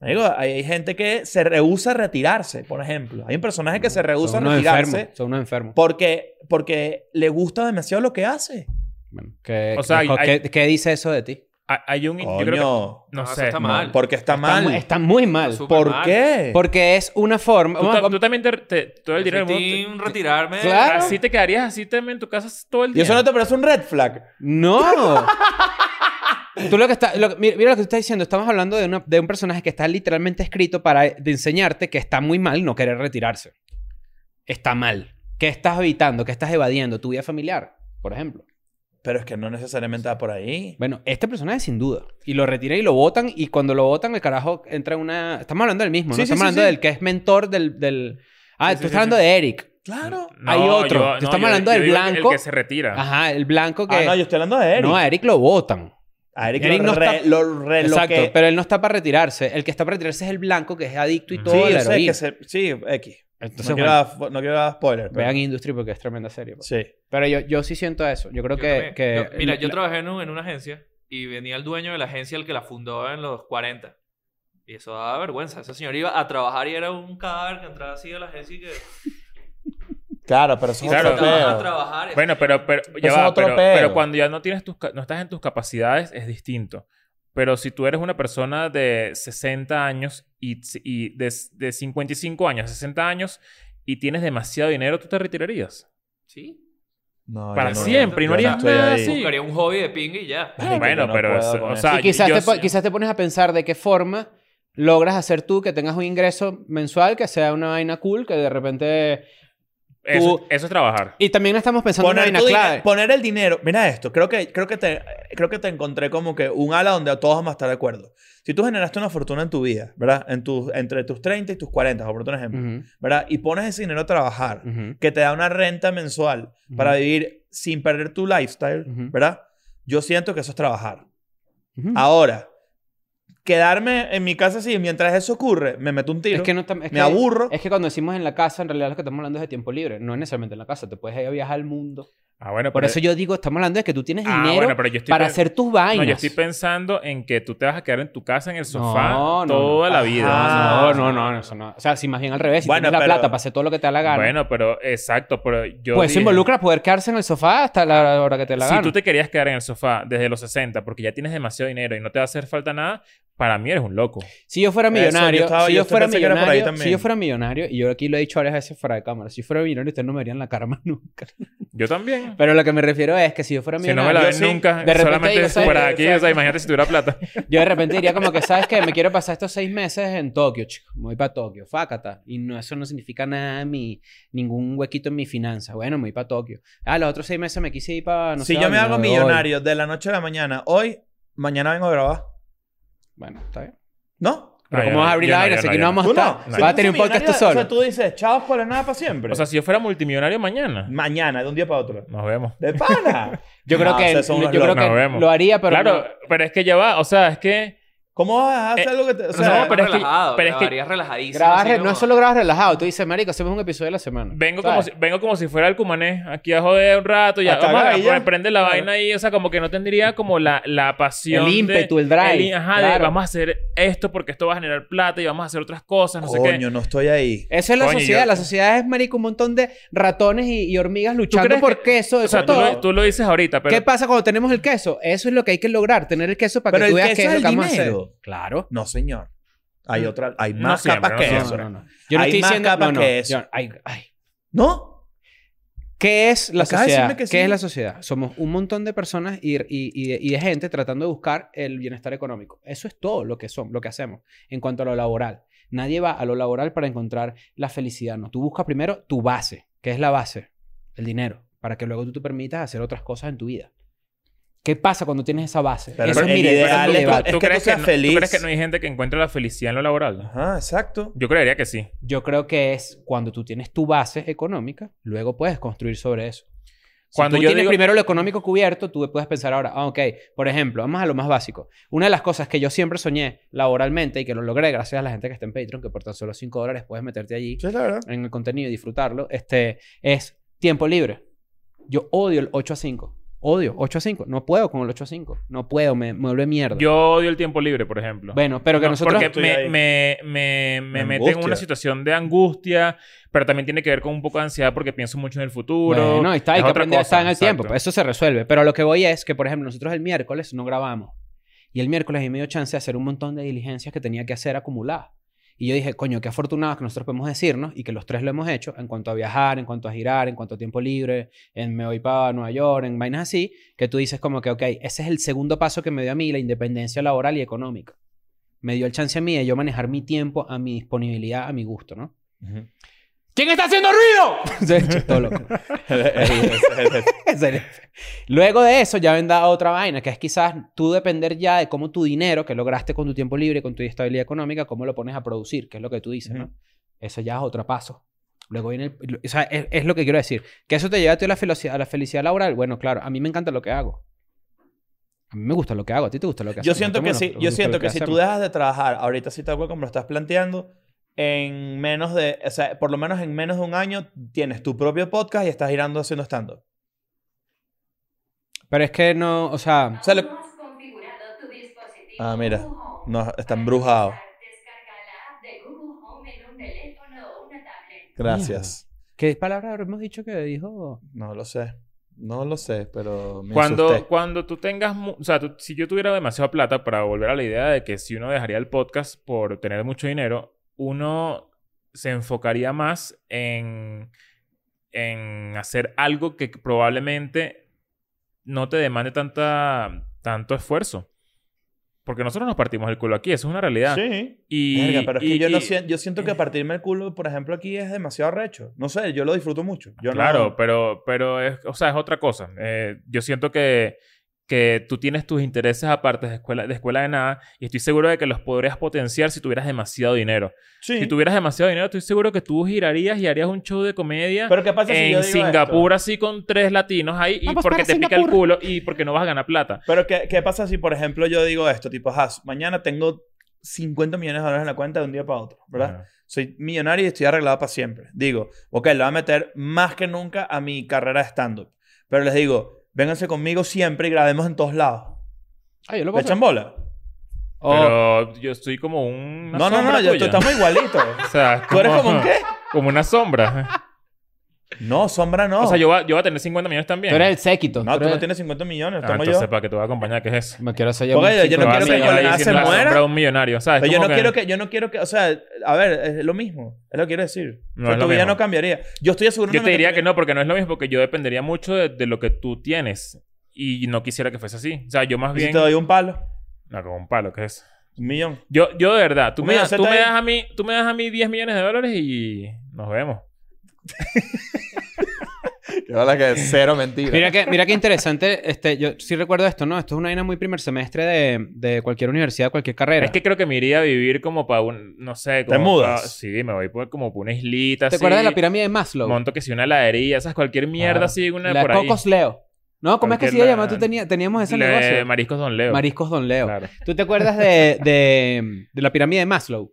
[SPEAKER 2] Digo, hay, hay gente que se rehúsa a retirarse, por ejemplo. Hay un personaje que se
[SPEAKER 3] Mm,
[SPEAKER 2] rehúsa
[SPEAKER 3] Son
[SPEAKER 2] a
[SPEAKER 3] unos
[SPEAKER 2] retirarse
[SPEAKER 3] enfermos. Son unos enfermos.
[SPEAKER 2] porque, porque le gusta demasiado lo que hace.
[SPEAKER 3] Bueno, ¿qué,
[SPEAKER 1] O sea,
[SPEAKER 3] qué-
[SPEAKER 1] hay-
[SPEAKER 3] qué- qué dice eso de ti?
[SPEAKER 1] Hay- Hay un...
[SPEAKER 2] Coño,
[SPEAKER 1] Yo creo que... No,
[SPEAKER 4] No, eso
[SPEAKER 1] sé.
[SPEAKER 4] está
[SPEAKER 1] no.
[SPEAKER 4] mal.
[SPEAKER 2] porque
[SPEAKER 3] Está,
[SPEAKER 2] está mal.
[SPEAKER 3] mu- está muy mal.
[SPEAKER 4] Súper
[SPEAKER 2] ¿Por
[SPEAKER 4] mal.
[SPEAKER 2] qué?
[SPEAKER 3] Porque es una forma...
[SPEAKER 1] Tú, ta-
[SPEAKER 3] vamos-
[SPEAKER 1] tú también te... te- todo el
[SPEAKER 4] Yo
[SPEAKER 1] dinero...
[SPEAKER 4] soy
[SPEAKER 1] del mundo-
[SPEAKER 4] team retirarme.
[SPEAKER 3] Claro.
[SPEAKER 1] Así te quedarías así también en tu casa todo el
[SPEAKER 2] Y
[SPEAKER 1] día.
[SPEAKER 2] eso no te parece un red flag.
[SPEAKER 3] No. Tú lo que está, lo que- mira, mira lo que tú estás diciendo. Estamos hablando de, una- de un personaje que está literalmente escrito para de enseñarte que está muy mal no querer retirarse. Está mal. ¿Qué estás evitando? ¿Qué estás evadiendo? Tu vida familiar, por ejemplo.
[SPEAKER 2] Pero es que no necesariamente va por ahí.
[SPEAKER 3] Bueno, este personaje sin duda. Y lo retiran y lo votan. Y cuando lo votan, el carajo entra en una... Estamos hablando del mismo, ¿no?
[SPEAKER 2] Sí, sí,
[SPEAKER 3] Estamos
[SPEAKER 2] sí,
[SPEAKER 3] hablando
[SPEAKER 2] sí.
[SPEAKER 3] del que es mentor del... del- Ah,
[SPEAKER 1] Sí,
[SPEAKER 3] tú
[SPEAKER 1] sí,
[SPEAKER 3] estás
[SPEAKER 1] sí,
[SPEAKER 3] hablando
[SPEAKER 1] sí.
[SPEAKER 3] de Eric.
[SPEAKER 2] Claro.
[SPEAKER 1] No,
[SPEAKER 3] Hay otro.
[SPEAKER 1] yo-
[SPEAKER 3] Te estamos hablando del
[SPEAKER 1] digo
[SPEAKER 3] blanco.
[SPEAKER 1] El que se retira.
[SPEAKER 3] Ajá, el blanco que...
[SPEAKER 2] Ah, no, yo estoy hablando de Eric.
[SPEAKER 3] No, a Eric lo votan.
[SPEAKER 2] a Eric,
[SPEAKER 3] Eric
[SPEAKER 2] lo,
[SPEAKER 3] no
[SPEAKER 2] re,
[SPEAKER 3] está-
[SPEAKER 2] lo re- lo
[SPEAKER 3] Exacto,
[SPEAKER 2] que-
[SPEAKER 3] pero él no está para retirarse. El que está para retirarse es el blanco, que es adicto y
[SPEAKER 1] Sí,
[SPEAKER 3] todo
[SPEAKER 2] Mm. Sí,
[SPEAKER 3] a la
[SPEAKER 2] yo sé
[SPEAKER 3] heroína.
[SPEAKER 2] que se- Sí, X.
[SPEAKER 3] Entonces,
[SPEAKER 2] No quiero,
[SPEAKER 3] bueno,
[SPEAKER 2] dar, no quiero dar spoiler. pero-
[SPEAKER 3] vean Industry porque es tremenda serie. pues.
[SPEAKER 2] Sí.
[SPEAKER 3] Pero yo, yo sí siento eso. Yo creo
[SPEAKER 4] Yo
[SPEAKER 3] que...
[SPEAKER 4] también.
[SPEAKER 3] que-
[SPEAKER 4] Yo- mira, yo
[SPEAKER 3] la-
[SPEAKER 4] trabajé en, un- en una agencia y venía el dueño de la agencia, el que la fundó en los 40. Y eso daba vergüenza. Ese señor iba a trabajar y era un cadáver que entraba así a la agencia y que...
[SPEAKER 2] Claro, pero eso es
[SPEAKER 1] Claro.
[SPEAKER 2] otro
[SPEAKER 4] Entraba a
[SPEAKER 2] pedo.
[SPEAKER 4] trabajar.
[SPEAKER 1] Bueno, pero, pero, ya
[SPEAKER 2] es
[SPEAKER 1] va,
[SPEAKER 2] otro
[SPEAKER 1] pero,
[SPEAKER 2] pedo.
[SPEAKER 1] pero cuando ya no, tienes tus, ca- no estás en tus capacidades es distinto. Pero si tú eres una persona de 60 años y, y de, de 55 años, 60 años y tienes demasiado dinero, tú te retirarías.
[SPEAKER 4] Sí.
[SPEAKER 2] No,
[SPEAKER 1] para
[SPEAKER 2] yo
[SPEAKER 1] siempre, y no
[SPEAKER 2] yo
[SPEAKER 1] harías
[SPEAKER 2] estoy
[SPEAKER 1] nada
[SPEAKER 2] ahí.
[SPEAKER 1] así.
[SPEAKER 4] Buscaría un hobby de ping y ya.
[SPEAKER 2] Marico,
[SPEAKER 1] bueno,
[SPEAKER 2] yo no
[SPEAKER 1] pero
[SPEAKER 2] puedo
[SPEAKER 1] eso-
[SPEAKER 2] con
[SPEAKER 1] o
[SPEAKER 2] eso.
[SPEAKER 1] sea,
[SPEAKER 3] y quizás
[SPEAKER 1] yo
[SPEAKER 3] te, po-
[SPEAKER 1] sí.
[SPEAKER 3] quizás te pones a pensar de qué forma logras hacer tú que tengas un ingreso mensual que sea una vaina cool, que de repente...
[SPEAKER 1] Eso,
[SPEAKER 3] Tú-
[SPEAKER 1] eso es trabajar.
[SPEAKER 3] Y también estamos pensando en
[SPEAKER 2] Poner,
[SPEAKER 3] una
[SPEAKER 2] tu
[SPEAKER 3] vaina
[SPEAKER 2] dinero-
[SPEAKER 3] clave.
[SPEAKER 2] poner el dinero. Mira esto, creo que, creo, que te, creo que te encontré como que un ala donde todos vamos a estar de acuerdo. Si tú generaste una fortuna en tu vida, ¿verdad? En tus entre tus 30 y tus 40, por poner un ejemplo, ¿verdad? Y pones ese dinero a trabajar,
[SPEAKER 3] Ujú, ujú.
[SPEAKER 2] que te da una renta mensual para
[SPEAKER 3] Ujú.
[SPEAKER 2] vivir sin perder tu lifestyle,
[SPEAKER 3] Ujú.
[SPEAKER 2] ¿verdad? Yo siento que eso es trabajar.
[SPEAKER 3] Ujú.
[SPEAKER 2] Ah, Ahora, quedarme en mi casa así mientras eso ocurre, me meto un tiro.
[SPEAKER 3] Es que no tam- es
[SPEAKER 2] me
[SPEAKER 3] que-
[SPEAKER 2] aburro.
[SPEAKER 3] Es que cuando decimos en la casa, en realidad lo que estamos hablando es de tiempo libre. No es necesariamente en la casa. Te puedes ir a viajar al mundo.
[SPEAKER 1] Ah, bueno,
[SPEAKER 3] Por
[SPEAKER 1] pero-
[SPEAKER 3] eso yo digo, estamos hablando de que tú tienes
[SPEAKER 1] Ah,
[SPEAKER 3] dinero
[SPEAKER 1] bueno, pero yo estoy
[SPEAKER 3] para
[SPEAKER 1] pen-
[SPEAKER 3] hacer tus
[SPEAKER 1] No,
[SPEAKER 3] vainas.
[SPEAKER 1] yo estoy pensando en que tú te vas a quedar en tu casa, en el sofá,
[SPEAKER 3] No, no, no.
[SPEAKER 1] toda la vida.
[SPEAKER 2] Ajá.
[SPEAKER 1] Ah.
[SPEAKER 3] No, no, no, no, eso no. O sea, si más bien al revés, si
[SPEAKER 2] Bueno,
[SPEAKER 3] tienes la
[SPEAKER 2] pero-
[SPEAKER 3] plata para hacer todo lo que te da la gana.
[SPEAKER 1] Bueno, pero exacto, pero yo
[SPEAKER 3] pues
[SPEAKER 1] dije-
[SPEAKER 3] eso involucra poder quedarse en el sofá hasta la hora que te la
[SPEAKER 1] si
[SPEAKER 3] gana.
[SPEAKER 1] tú te querías quedar en el sofá desde los 60 porque ya tienes demasiado dinero y no te va a hacer falta nada, para mí eres un loco.
[SPEAKER 3] Si yo fuera
[SPEAKER 2] Eso,
[SPEAKER 3] millonario,
[SPEAKER 2] yo estaba-
[SPEAKER 3] si
[SPEAKER 2] yo
[SPEAKER 3] yo fuera
[SPEAKER 2] pensé que era por ahí
[SPEAKER 3] millonario,
[SPEAKER 2] también.
[SPEAKER 3] si yo fuera millonario, y yo aquí lo he dicho varias veces fuera de cámara, si yo fuera millonario ustedes no me verían la cara más nunca.
[SPEAKER 1] Yo también.
[SPEAKER 3] [LAUGHS] Pero lo que me refiero es que si yo fuera
[SPEAKER 1] Si no me
[SPEAKER 3] millonario,
[SPEAKER 1] la
[SPEAKER 2] yo
[SPEAKER 1] ven
[SPEAKER 2] sí,
[SPEAKER 1] nunca,
[SPEAKER 3] de repente
[SPEAKER 1] solamente
[SPEAKER 3] digo, ¿sabes?
[SPEAKER 1] por aquí, o sea, imagínate si tuviera plata.
[SPEAKER 3] Yo de repente diría como que, ¿sabes qué? Me quiero pasar estos seis meses en Tokio, chico. Me voy para Tokio, fácata. Y no, eso no significa nada, mi, ningún huequito en mi finanzas. Bueno, me voy para Tokio. Ah, los otros seis meses me quise ir para... No
[SPEAKER 2] si
[SPEAKER 3] sé
[SPEAKER 2] yo me
[SPEAKER 3] dónde,
[SPEAKER 2] hago
[SPEAKER 3] voy.
[SPEAKER 2] millonario de la noche a la mañana, hoy, mañana vengo a grabar.
[SPEAKER 3] Bueno, está bien.
[SPEAKER 2] ¿No?
[SPEAKER 3] [LAUGHS] Pero
[SPEAKER 1] Ah,
[SPEAKER 3] ¿cómo
[SPEAKER 1] ya,
[SPEAKER 3] vas a abrir
[SPEAKER 1] ya
[SPEAKER 3] el
[SPEAKER 1] no,
[SPEAKER 3] aire?
[SPEAKER 1] ya
[SPEAKER 3] Así
[SPEAKER 1] no,
[SPEAKER 3] que
[SPEAKER 1] ya
[SPEAKER 3] no vamos a
[SPEAKER 2] Tú
[SPEAKER 3] estar...
[SPEAKER 2] no.
[SPEAKER 1] no.
[SPEAKER 2] Si
[SPEAKER 3] vas
[SPEAKER 2] tú
[SPEAKER 3] a tener un
[SPEAKER 2] eres
[SPEAKER 3] podcast tú
[SPEAKER 2] millonario,
[SPEAKER 3] solo.
[SPEAKER 2] O sea, tú dices, chavos, para nada para siempre.
[SPEAKER 1] O sea, si yo fuera multimillonario
[SPEAKER 3] Mm.
[SPEAKER 1] mañana,
[SPEAKER 2] mañana, de un día para otro.
[SPEAKER 1] nos vemos.
[SPEAKER 2] De pana.
[SPEAKER 3] [LAUGHS] Yo creo
[SPEAKER 2] No,
[SPEAKER 3] que,
[SPEAKER 2] o sea, son unos
[SPEAKER 3] yo creo
[SPEAKER 1] locos. Nos
[SPEAKER 3] que
[SPEAKER 1] vemos.
[SPEAKER 3] lo haría, pero...
[SPEAKER 1] claro,
[SPEAKER 3] no.
[SPEAKER 1] pero es que ya va, o sea, es que
[SPEAKER 2] ¿Cómo vas a hacer
[SPEAKER 1] Eh,
[SPEAKER 2] algo que te.? O
[SPEAKER 1] no,
[SPEAKER 2] sea,
[SPEAKER 1] pero es que-
[SPEAKER 4] relajado,
[SPEAKER 1] pero es que-
[SPEAKER 4] grabarías relajadísimo,
[SPEAKER 3] Grabas
[SPEAKER 4] así
[SPEAKER 3] re-
[SPEAKER 4] como-
[SPEAKER 3] no solo grabas relajado. Tú dices, marico, hacemos un episodio de la semana.
[SPEAKER 1] vengo
[SPEAKER 3] ¿Sabes?
[SPEAKER 1] como, si, vengo como si fuera el cumané, aquí a joder un rato, ya
[SPEAKER 2] A
[SPEAKER 1] vamos a,
[SPEAKER 2] cagar, ya.
[SPEAKER 1] a prender la
[SPEAKER 2] Claro.
[SPEAKER 1] vaina ahí, o sea, como que no tendría como la, la pasión.
[SPEAKER 3] El
[SPEAKER 1] de-
[SPEAKER 3] ímpetu, el drive,
[SPEAKER 1] in- ajá, de
[SPEAKER 3] claro.
[SPEAKER 1] vamos a hacer esto porque esto va a generar plata y vamos a hacer otras cosas, no sé qué.
[SPEAKER 2] Coño, no estoy ahí.
[SPEAKER 3] Eso es la
[SPEAKER 1] Coño,
[SPEAKER 3] sociedad.
[SPEAKER 1] yo-
[SPEAKER 3] La sociedad es, marico, un montón de ratones y, y hormigas luchando
[SPEAKER 1] crees
[SPEAKER 3] por
[SPEAKER 1] que-
[SPEAKER 3] queso.
[SPEAKER 1] O
[SPEAKER 3] eso
[SPEAKER 1] sea,
[SPEAKER 3] es
[SPEAKER 1] tú
[SPEAKER 3] todo.
[SPEAKER 1] lo, tú lo dices ahorita, pero
[SPEAKER 3] ¿Qué pasa cuando tenemos el queso? Eso es lo que hay que lograr, tener el queso para
[SPEAKER 2] Pero
[SPEAKER 3] que tú
[SPEAKER 2] el
[SPEAKER 3] veas qué
[SPEAKER 2] queso
[SPEAKER 3] es
[SPEAKER 2] es
[SPEAKER 3] lo
[SPEAKER 2] el
[SPEAKER 3] que vamos a hacer.
[SPEAKER 2] dinero.
[SPEAKER 3] Claro.
[SPEAKER 2] No, señor. Hay otra. Hay
[SPEAKER 1] No
[SPEAKER 2] más
[SPEAKER 1] siempre,
[SPEAKER 2] Mm. capas
[SPEAKER 1] no
[SPEAKER 2] que
[SPEAKER 1] siempre.
[SPEAKER 2] eso.
[SPEAKER 3] No, no, no. Yo no
[SPEAKER 2] Hay
[SPEAKER 3] estoy
[SPEAKER 2] más
[SPEAKER 3] diciendo
[SPEAKER 2] capas
[SPEAKER 3] no, no.
[SPEAKER 2] que eso.
[SPEAKER 3] Yo- ay, ay.
[SPEAKER 2] ¿No?
[SPEAKER 3] ¿Qué es la
[SPEAKER 2] Acabas de
[SPEAKER 3] sociedad?
[SPEAKER 2] decirme que
[SPEAKER 3] ¿Qué
[SPEAKER 2] sí.
[SPEAKER 3] es la sociedad? Somos un montón de personas y, y- y de, y de gente tratando de buscar el bienestar económico. Eso es todo lo que son, lo que hacemos en cuanto a lo laboral. Nadie va a lo laboral para encontrar la felicidad. No, tú buscas primero tu base, que es la base, el dinero, para que luego tú te permitas hacer otras cosas en tu vida. ¿Qué pasa cuando tienes esa base?
[SPEAKER 2] Pero
[SPEAKER 3] Ese
[SPEAKER 2] el
[SPEAKER 3] mi- ese
[SPEAKER 2] ideal
[SPEAKER 3] mi
[SPEAKER 2] es-
[SPEAKER 3] debate.
[SPEAKER 1] ¿tú,
[SPEAKER 2] que tú
[SPEAKER 1] crees que
[SPEAKER 2] seas
[SPEAKER 1] no,
[SPEAKER 2] feliz.
[SPEAKER 1] ¿tú crees que no hay gente que encuentra la felicidad en lo laboral?
[SPEAKER 2] Ajá, exacto.
[SPEAKER 1] Yo creería que sí.
[SPEAKER 3] Yo creo que es cuando tú tienes tu base económica, luego puedes construir sobre eso.
[SPEAKER 1] Cuando
[SPEAKER 3] si tú
[SPEAKER 1] yo
[SPEAKER 3] tienes
[SPEAKER 1] digo-
[SPEAKER 3] primero lo económico cubierto, tú puedes pensar ahora, ah, ok, por ejemplo, vamos a lo más básico. Una de las cosas que yo siempre soñé laboralmente y que lo logré gracias a la gente que está en Patreon, que por tan solo 5 dólares puedes meterte allí
[SPEAKER 2] Sí, es la verdad.
[SPEAKER 3] en el contenido y disfrutarlo, este, es tiempo libre. Yo odio el 8 a 5. Odio 8 a 5. No puedo con el 8 a 5. No puedo, me, me vuelve mierda.
[SPEAKER 1] Yo odio el tiempo libre, por ejemplo.
[SPEAKER 3] bueno, pero que
[SPEAKER 1] No,
[SPEAKER 3] nosotros...
[SPEAKER 1] Porque me,
[SPEAKER 2] Estoy
[SPEAKER 1] me, me, me
[SPEAKER 2] Me
[SPEAKER 1] mete en
[SPEAKER 2] angustia.
[SPEAKER 1] una situación de angustia, pero también tiene que ver con un poco de ansiedad porque pienso mucho en el futuro.
[SPEAKER 3] Bueno, ahí está, hay
[SPEAKER 1] Es
[SPEAKER 3] que
[SPEAKER 1] otra
[SPEAKER 3] aprender a
[SPEAKER 1] cosa,
[SPEAKER 3] estar en el
[SPEAKER 1] exacto.
[SPEAKER 3] tiempo. pues Eso se resuelve. Pero lo que voy es que, por ejemplo, nosotros el miércoles no grabamos. Y el miércoles a mí me dio chance de hacer un montón de diligencias que tenía que hacer acumuladas. Y yo dije, coño, qué afortunados que nosotros podemos decirnos y que los tres lo hemos hecho en cuanto a viajar, en cuanto a girar, en cuanto a tiempo libre, en me voy para Nueva York, en vainas así, que tú dices como que, ok, ese es el segundo paso que me dio a mí la independencia laboral y económica. Me dio el chance a mí de yo manejar mi tiempo a mi disponibilidad, a mi
[SPEAKER 1] [LAUGHS]
[SPEAKER 3] gusto, ¿no? [LAUGHS]
[SPEAKER 2] [LAUGHS]
[SPEAKER 3] ¿Quién está haciendo ruido? Se echó todo loco.
[SPEAKER 2] [LAUGHS]
[SPEAKER 3] [LAUGHS] Es el F. Luego de eso ya vendrá otra vaina, que es quizás tú depender ya de cómo tu dinero que lograste con tu tiempo libre, con tu estabilidad económica, cómo lo pones a producir, que es lo que tú dices, ¿no?
[SPEAKER 2] Ujú.
[SPEAKER 3] Eso ya es otro paso. Luego viene el- o sea, es, es lo que quiero decir. ¿Que eso te lleva a, ti a la felicidad, a la felicidad laboral? Bueno, claro, a mí me encanta lo que hago. A mí me gusta lo que hago, a ti te gusta lo que
[SPEAKER 2] Yo
[SPEAKER 3] hacemos,
[SPEAKER 2] siento que
[SPEAKER 3] bueno,
[SPEAKER 2] sí.
[SPEAKER 3] nos
[SPEAKER 2] Yo
[SPEAKER 3] gusta
[SPEAKER 2] siento
[SPEAKER 3] lo
[SPEAKER 2] que si tú
[SPEAKER 3] hacemos.
[SPEAKER 2] dejas de trabajar ahorita sí tal cual como lo estás planteando, en menos de, o sea, por lo menos en menos de un año tienes tu propio podcast y estás girando haciendo stand-up.
[SPEAKER 3] Pero es que no, o sea...
[SPEAKER 2] O sea, lo-
[SPEAKER 6] Hemos configurado tu dispositivo
[SPEAKER 2] Ah, mira.
[SPEAKER 6] Google Home.
[SPEAKER 2] No, está embrujado.
[SPEAKER 6] Descarga la app de Google Home en un teléfono o una tablet.
[SPEAKER 2] Gracias.
[SPEAKER 3] ¿Qué palabra hemos dicho que dijo?
[SPEAKER 2] No lo sé. No lo sé,
[SPEAKER 3] pues,
[SPEAKER 2] pero me
[SPEAKER 1] Cuando,
[SPEAKER 2] asusté.
[SPEAKER 1] cuando tú tengas, mu- o sea, tú- si yo tuviera demasiada plata para volver a la idea de que si uno dejaría el podcast por tener mucho dinero, uno se enfocaría más en, en hacer algo que probablemente no te demande tanta, tanto esfuerzo. Porque nosotros nos partimos el culo aquí, eso es una realidad.
[SPEAKER 2] Sí.
[SPEAKER 1] Y,
[SPEAKER 2] Verga, pero es que
[SPEAKER 1] y-
[SPEAKER 2] yo, no
[SPEAKER 1] y-
[SPEAKER 2] sien- yo siento que partirme el culo, por ejemplo, aquí es demasiado recho. No sé, yo lo disfruto mucho. Yo no-
[SPEAKER 1] Claro, pero, pero es, o sea, es otra cosa. Eh, yo siento que, que tú tienes tus intereses aparte de escuela, de escuela de nada y estoy seguro de que los podrías potenciar si tuvieras demasiado dinero.
[SPEAKER 2] sí.
[SPEAKER 1] Si tuvieras demasiado dinero, estoy seguro que tú girarías y harías un show de comedia
[SPEAKER 2] Pero ¿qué pasa si yo
[SPEAKER 1] en
[SPEAKER 2] digo esto?
[SPEAKER 1] Singapur así con tres latinos ahí y
[SPEAKER 3] Vamos
[SPEAKER 1] porque
[SPEAKER 3] para
[SPEAKER 1] te pica el
[SPEAKER 3] pues, Singapur.
[SPEAKER 1] culo y porque no vas a ganar plata.
[SPEAKER 2] Pero ¿qué, qué pasa si, por ejemplo, yo digo esto? Tipo, ajá, mañana tengo 50 millones de dólares en la cuenta de un día para otro, ¿verdad?
[SPEAKER 1] Ajá.
[SPEAKER 2] Soy millonario y estoy arreglado para siempre. Digo, ok, le voy a meter más que nunca a mi carrera de stand-up. Pero les digo, vénganse conmigo siempre y grabemos en todos lados.
[SPEAKER 3] Ah, yo lo
[SPEAKER 2] ¿Le
[SPEAKER 3] puedo
[SPEAKER 2] echan
[SPEAKER 3] hacer. Oh,
[SPEAKER 2] bola?
[SPEAKER 3] O-
[SPEAKER 1] Pero yo estoy como un...
[SPEAKER 2] No, no, no, yo, tú- estamos
[SPEAKER 1] [LAUGHS]
[SPEAKER 2] igualitos.
[SPEAKER 1] O sea,
[SPEAKER 2] [LAUGHS] ¿Tú eres como un qué?
[SPEAKER 1] Como una sombra.
[SPEAKER 2] No, sombra no.
[SPEAKER 1] O sea, yo voy, yo voy a tener 50 millones también.
[SPEAKER 3] Tú eres el séquito.
[SPEAKER 2] No, tú
[SPEAKER 3] eres-
[SPEAKER 2] no tienes 50 millones,
[SPEAKER 1] Ah,
[SPEAKER 2] estamos
[SPEAKER 1] entonces,
[SPEAKER 2] yo.
[SPEAKER 1] ¿para que te voy a acompañar? ¿Qué es eso?
[SPEAKER 3] Me quiero hacer
[SPEAKER 2] Porque
[SPEAKER 3] un
[SPEAKER 2] yo- yo
[SPEAKER 3] chico
[SPEAKER 2] no
[SPEAKER 1] Te va
[SPEAKER 3] de
[SPEAKER 1] a hacer
[SPEAKER 2] quiero que
[SPEAKER 3] seis
[SPEAKER 2] Nicolás
[SPEAKER 1] llorar
[SPEAKER 3] años.
[SPEAKER 2] se
[SPEAKER 1] diciendo la
[SPEAKER 2] muera.
[SPEAKER 1] sombra de un millonario, ¿sabes?
[SPEAKER 2] Pero yo no
[SPEAKER 1] Como que-
[SPEAKER 2] quiero que, yo no quiero que, o sea, a ver, es lo mismo, es lo que quiero decir.
[SPEAKER 1] No
[SPEAKER 2] O sea,
[SPEAKER 1] es lo
[SPEAKER 2] tu vida
[SPEAKER 1] mismo.
[SPEAKER 2] no cambiaría. Yo estoy asegurando
[SPEAKER 1] Yo te diría que no, porque no es lo mismo, porque yo dependería mucho de, de lo que tú tienes. Y no quisiera que fuese así. O sea, yo más
[SPEAKER 2] Y
[SPEAKER 1] bien...
[SPEAKER 2] si te doy un palo,
[SPEAKER 1] No, como un palo, ¿qué es eso?
[SPEAKER 2] un millón.
[SPEAKER 1] Yo, yo de verdad, tú,
[SPEAKER 2] Un
[SPEAKER 1] me das,
[SPEAKER 2] milloncito
[SPEAKER 1] tú, me
[SPEAKER 2] ahí.
[SPEAKER 1] das a mí, tú me das a mí 10 millones de dólares y nos vemos.
[SPEAKER 2] Que la que cero mentira.
[SPEAKER 3] Mira que, mira qué interesante. Este, yo sí recuerdo esto, ¿no? Esto es una vaina muy primer semestre de, de cualquier universidad, cualquier carrera.
[SPEAKER 1] Es que creo que me iría a vivir como para un... No sé, como...
[SPEAKER 2] mudas?
[SPEAKER 1] pa- sí, me voy por- como para una islita así.
[SPEAKER 3] ¿Te acuerdas de la pirámide de Maslow?
[SPEAKER 1] Monto que si una heladería, esas cualquier mierda
[SPEAKER 2] Claro.
[SPEAKER 1] así, una
[SPEAKER 3] la
[SPEAKER 1] por ahí.
[SPEAKER 3] Cocos Leo. ¿No? ¿Cómo es que se
[SPEAKER 1] Cualquier
[SPEAKER 3] iba a
[SPEAKER 1] la-
[SPEAKER 3] llamar? Tú tenía- teníamos ese
[SPEAKER 1] Le-
[SPEAKER 3] negocio.
[SPEAKER 1] Mariscos Don Leo.
[SPEAKER 3] Mariscos Don Leo.
[SPEAKER 1] Claro.
[SPEAKER 3] ¿Tú te acuerdas de, de, de la pirámide de Maslow?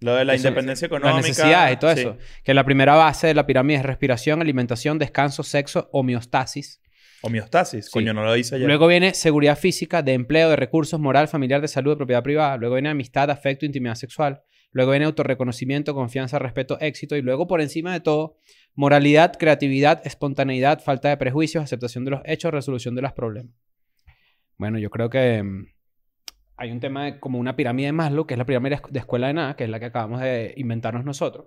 [SPEAKER 2] Lo de la
[SPEAKER 3] Eso-
[SPEAKER 2] independencia económica.
[SPEAKER 3] Las necesidades y todo
[SPEAKER 2] sí.
[SPEAKER 3] eso. Que la primera base de la pirámide es respiración, alimentación, descanso, sexo, homeostasis.
[SPEAKER 2] Homeostasis, coño, no lo hice ayer.
[SPEAKER 3] Luego viene seguridad física, de empleo, de recursos, moral, familiar, de salud, de propiedad privada. Luego viene amistad, afecto, intimidad sexual. Luego viene autorreconocimiento, confianza, respeto, éxito. Y luego, por encima de todo, moralidad, creatividad, espontaneidad, falta de prejuicios, aceptación de los hechos, resolución de los problemas. Bueno, yo creo que mm, hay un tema de- como una pirámide de Maslow, que es la pirámide esc- de escuela de nada, que es la que acabamos de inventarnos nosotros.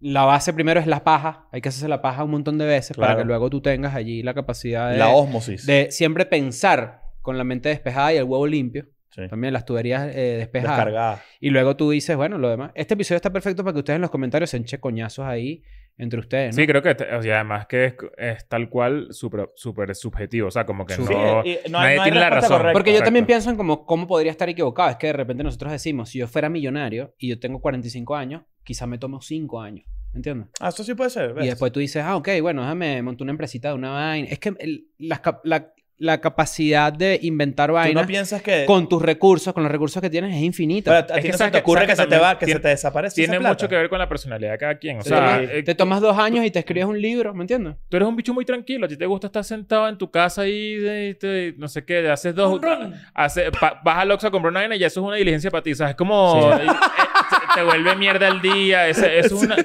[SPEAKER 3] La base primero es la paja. Hay que hacerse la paja un montón de veces para
[SPEAKER 2] Claro.
[SPEAKER 3] que luego tú tengas allí la capacidad de
[SPEAKER 2] la ósmosis.
[SPEAKER 3] de siempre pensar con la mente despejada y el huevo limpio.
[SPEAKER 2] Sí.
[SPEAKER 3] También las tuberías eh, despejadas.
[SPEAKER 2] Descargada.
[SPEAKER 3] Y luego tú dices, bueno, lo demás. Este episodio está perfecto para que ustedes en los comentarios se enche coñazos ahí entre ustedes, ¿no?
[SPEAKER 1] Sí, creo que, te- o sea, además que es, es tal cual súper super subjetivo, o sea, como que
[SPEAKER 3] Sí,
[SPEAKER 1] no,
[SPEAKER 2] Sí, y- y no
[SPEAKER 1] nadie
[SPEAKER 2] hay- no hay
[SPEAKER 1] tiene la
[SPEAKER 2] respuesta
[SPEAKER 1] razón.
[SPEAKER 2] correcta.
[SPEAKER 3] Porque yo también
[SPEAKER 1] Exacto.
[SPEAKER 3] pienso en como, cómo podría estar equivocado. Es que de repente nosotros decimos, si yo fuera millonario y yo tengo 45 años, quizá me tomo 5 años. ¿Entiendes?
[SPEAKER 2] Ah, eso sí puede ser. ¿ves?
[SPEAKER 3] Y después tú dices, ah, ok, bueno, déjame montar una empresita de una vaina. Es que el- las cap- la, la capacidad de inventar
[SPEAKER 2] Tú no
[SPEAKER 3] vainas
[SPEAKER 2] piensas que...
[SPEAKER 3] con tus recursos, con los recursos que tienes, es infinita.
[SPEAKER 2] Pero a
[SPEAKER 1] Es
[SPEAKER 2] ti
[SPEAKER 1] que
[SPEAKER 2] no se
[SPEAKER 1] sabes
[SPEAKER 2] te
[SPEAKER 1] que-
[SPEAKER 2] ocurre
[SPEAKER 1] sabes
[SPEAKER 2] que
[SPEAKER 1] que
[SPEAKER 2] se te
[SPEAKER 1] también
[SPEAKER 2] va, que se
[SPEAKER 1] tiene-
[SPEAKER 2] te desaparece esa
[SPEAKER 1] Tiene
[SPEAKER 2] plata.
[SPEAKER 1] mucho que ver con la personalidad de cada quien. O
[SPEAKER 2] Sí.
[SPEAKER 1] sea,
[SPEAKER 2] Sí.
[SPEAKER 1] eh,
[SPEAKER 3] Te tomas dos años y te escribes un libro, ¿me entiendes?
[SPEAKER 1] tú eres un bicho muy tranquilo. A ti te gusta estar sentado en tu casa ahí, de- de- no sé qué, haces dos... hace- pa- vas al Oxxo a comprar una vaina y ya eso es una diligencia para ti. O sea, es como...
[SPEAKER 3] Sí.
[SPEAKER 1] eh, eh, te vuelve mierda el día. Ese- eso es una...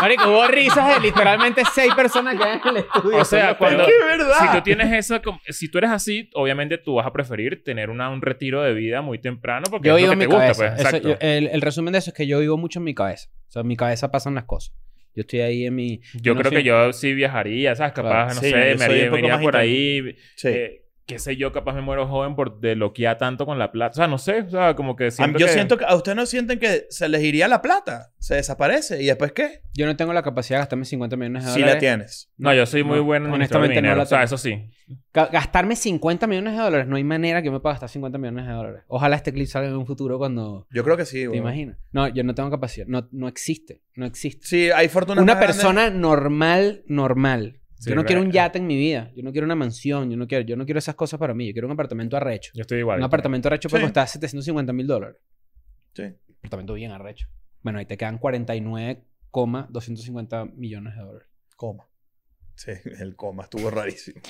[SPEAKER 3] Marico, hubo risas de literalmente seis personas que en el estudio.
[SPEAKER 1] O sea, cuando...
[SPEAKER 2] ¡Qué verdad!
[SPEAKER 1] Si tú tienes esa... com- Si tú eres así, obviamente tú vas a preferir tener una, un retiro de vida muy temprano porque
[SPEAKER 3] yo
[SPEAKER 1] es
[SPEAKER 3] vivo
[SPEAKER 1] lo
[SPEAKER 3] en
[SPEAKER 1] que
[SPEAKER 3] mi
[SPEAKER 1] te gusta,
[SPEAKER 3] cabeza.
[SPEAKER 1] pues.
[SPEAKER 3] Eso-
[SPEAKER 1] Exacto.
[SPEAKER 3] yo- el, el resumen de eso es que yo vivo mucho en mi cabeza. O sea, en mi cabeza pasan las cosas. Yo estoy ahí en mi...
[SPEAKER 1] Yo
[SPEAKER 3] no
[SPEAKER 1] creo
[SPEAKER 3] sé.
[SPEAKER 1] que yo sí viajaría, ¿sabes? Capaz, no
[SPEAKER 3] Claro.
[SPEAKER 2] Ah, Sí,
[SPEAKER 1] sé,
[SPEAKER 2] yo
[SPEAKER 1] me
[SPEAKER 2] soy un
[SPEAKER 1] haría- me
[SPEAKER 2] poco
[SPEAKER 1] iría
[SPEAKER 2] más
[SPEAKER 1] por
[SPEAKER 2] intenso.
[SPEAKER 1] ahí.
[SPEAKER 2] [LAUGHS] Sí.
[SPEAKER 1] eh, qué sé yo, capaz me muero joven por de lo que ya tanto con la plata. O sea, no sé, o sea, como que
[SPEAKER 2] A
[SPEAKER 1] siento
[SPEAKER 2] mí- Ah, yo
[SPEAKER 1] que...
[SPEAKER 2] siento que a ustedes no sienten que se les iría la plata, se desaparece y después qué?
[SPEAKER 3] Yo no tengo la capacidad de gastarme 50 millones de
[SPEAKER 2] Si
[SPEAKER 3] dólares.
[SPEAKER 2] la tienes.
[SPEAKER 1] No, yo soy muy
[SPEAKER 3] No,
[SPEAKER 1] bueno en
[SPEAKER 3] honestamente
[SPEAKER 1] honestamente
[SPEAKER 3] no la
[SPEAKER 1] O sea,
[SPEAKER 3] tengo.
[SPEAKER 1] eso sí.
[SPEAKER 3] Ga- Gastarme 50 millones de dólares. No hay manera que yo me pueda gastar 50 millones de dólares. Ojalá este clip salga en un futuro cuando...
[SPEAKER 2] Yo creo que sí.
[SPEAKER 3] ¿Te
[SPEAKER 2] weón.
[SPEAKER 3] imaginas? No, yo no tengo capacidad. No, no existe. No existe.
[SPEAKER 2] Sí, hay fortuna.
[SPEAKER 3] Una persona normal, normal.
[SPEAKER 1] Sí,
[SPEAKER 3] yo no quiero un
[SPEAKER 1] re-
[SPEAKER 3] yate en mi vida. Yo no quiero una mansión. Yo no quiero, yo no quiero esas cosas para mí. Yo quiero un apartamento arrecho.
[SPEAKER 1] Yo estoy igual.
[SPEAKER 3] Un apartamento arrecho pues, puede
[SPEAKER 2] Sí.
[SPEAKER 3] costar 750 mil dólares.
[SPEAKER 2] Sí.
[SPEAKER 3] Un apartamento bien arrecho. Bueno, ahí te quedan 49,250 millones de dólares.
[SPEAKER 2] Coma. Sí, [LAUGHS] el coma estuvo rarísimo.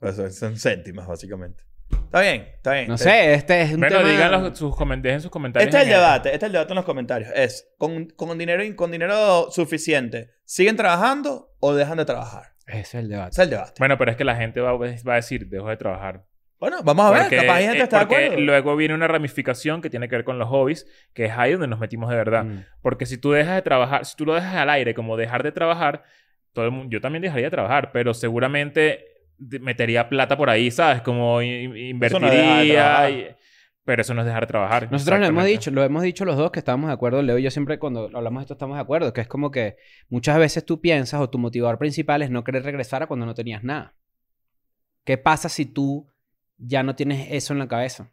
[SPEAKER 2] Pues son- son céntimas, básicamente. Está bien, está bien.
[SPEAKER 3] No
[SPEAKER 2] Está
[SPEAKER 3] sé, este es un
[SPEAKER 1] Eh, Bueno,
[SPEAKER 3] tema...
[SPEAKER 1] digan los- sus comen- dejen sus comentarios.
[SPEAKER 2] Este es el
[SPEAKER 1] en
[SPEAKER 2] debate, este es el debate en los comentarios. Es, ¿con, con, dinero, y- con dinero suficiente, ¿siguen trabajando o dejan de trabajar?
[SPEAKER 3] Ese es el debate.
[SPEAKER 2] Ese es el debate.
[SPEAKER 1] Bueno, pero es que la gente va, va a decir, dejo de trabajar.
[SPEAKER 2] Bueno, vamos a ver,
[SPEAKER 1] Porque-
[SPEAKER 2] capaz hay gente que
[SPEAKER 1] eh,
[SPEAKER 2] está de
[SPEAKER 1] porque
[SPEAKER 2] acuerdo.
[SPEAKER 1] luego viene una ramificación que tiene que ver con los hobbies, que es ahí donde nos metimos de verdad.
[SPEAKER 3] Mm.
[SPEAKER 1] Porque si tú dejas de trabajar, si tú lo dejas al aire como dejar de trabajar, todo el mundo, yo también dejaría de trabajar, pero seguramente de- metería plata por ahí, ¿sabes? Como in-
[SPEAKER 2] no es dejar de
[SPEAKER 1] invertiría.
[SPEAKER 2] trabajar.
[SPEAKER 1] y- pero eso no es dejar de trabajar.
[SPEAKER 3] Nosotros lo hemos
[SPEAKER 1] exactamente.
[SPEAKER 3] dicho, lo hemos dicho los dos que estamos de acuerdo, Leo y yo siempre cuando hablamos de esto estamos de acuerdo, que es como que muchas veces tú piensas o tu motivador principal es no querer regresar a cuando no tenías nada. ¿Qué pasa si tú ya no tienes eso en la cabeza?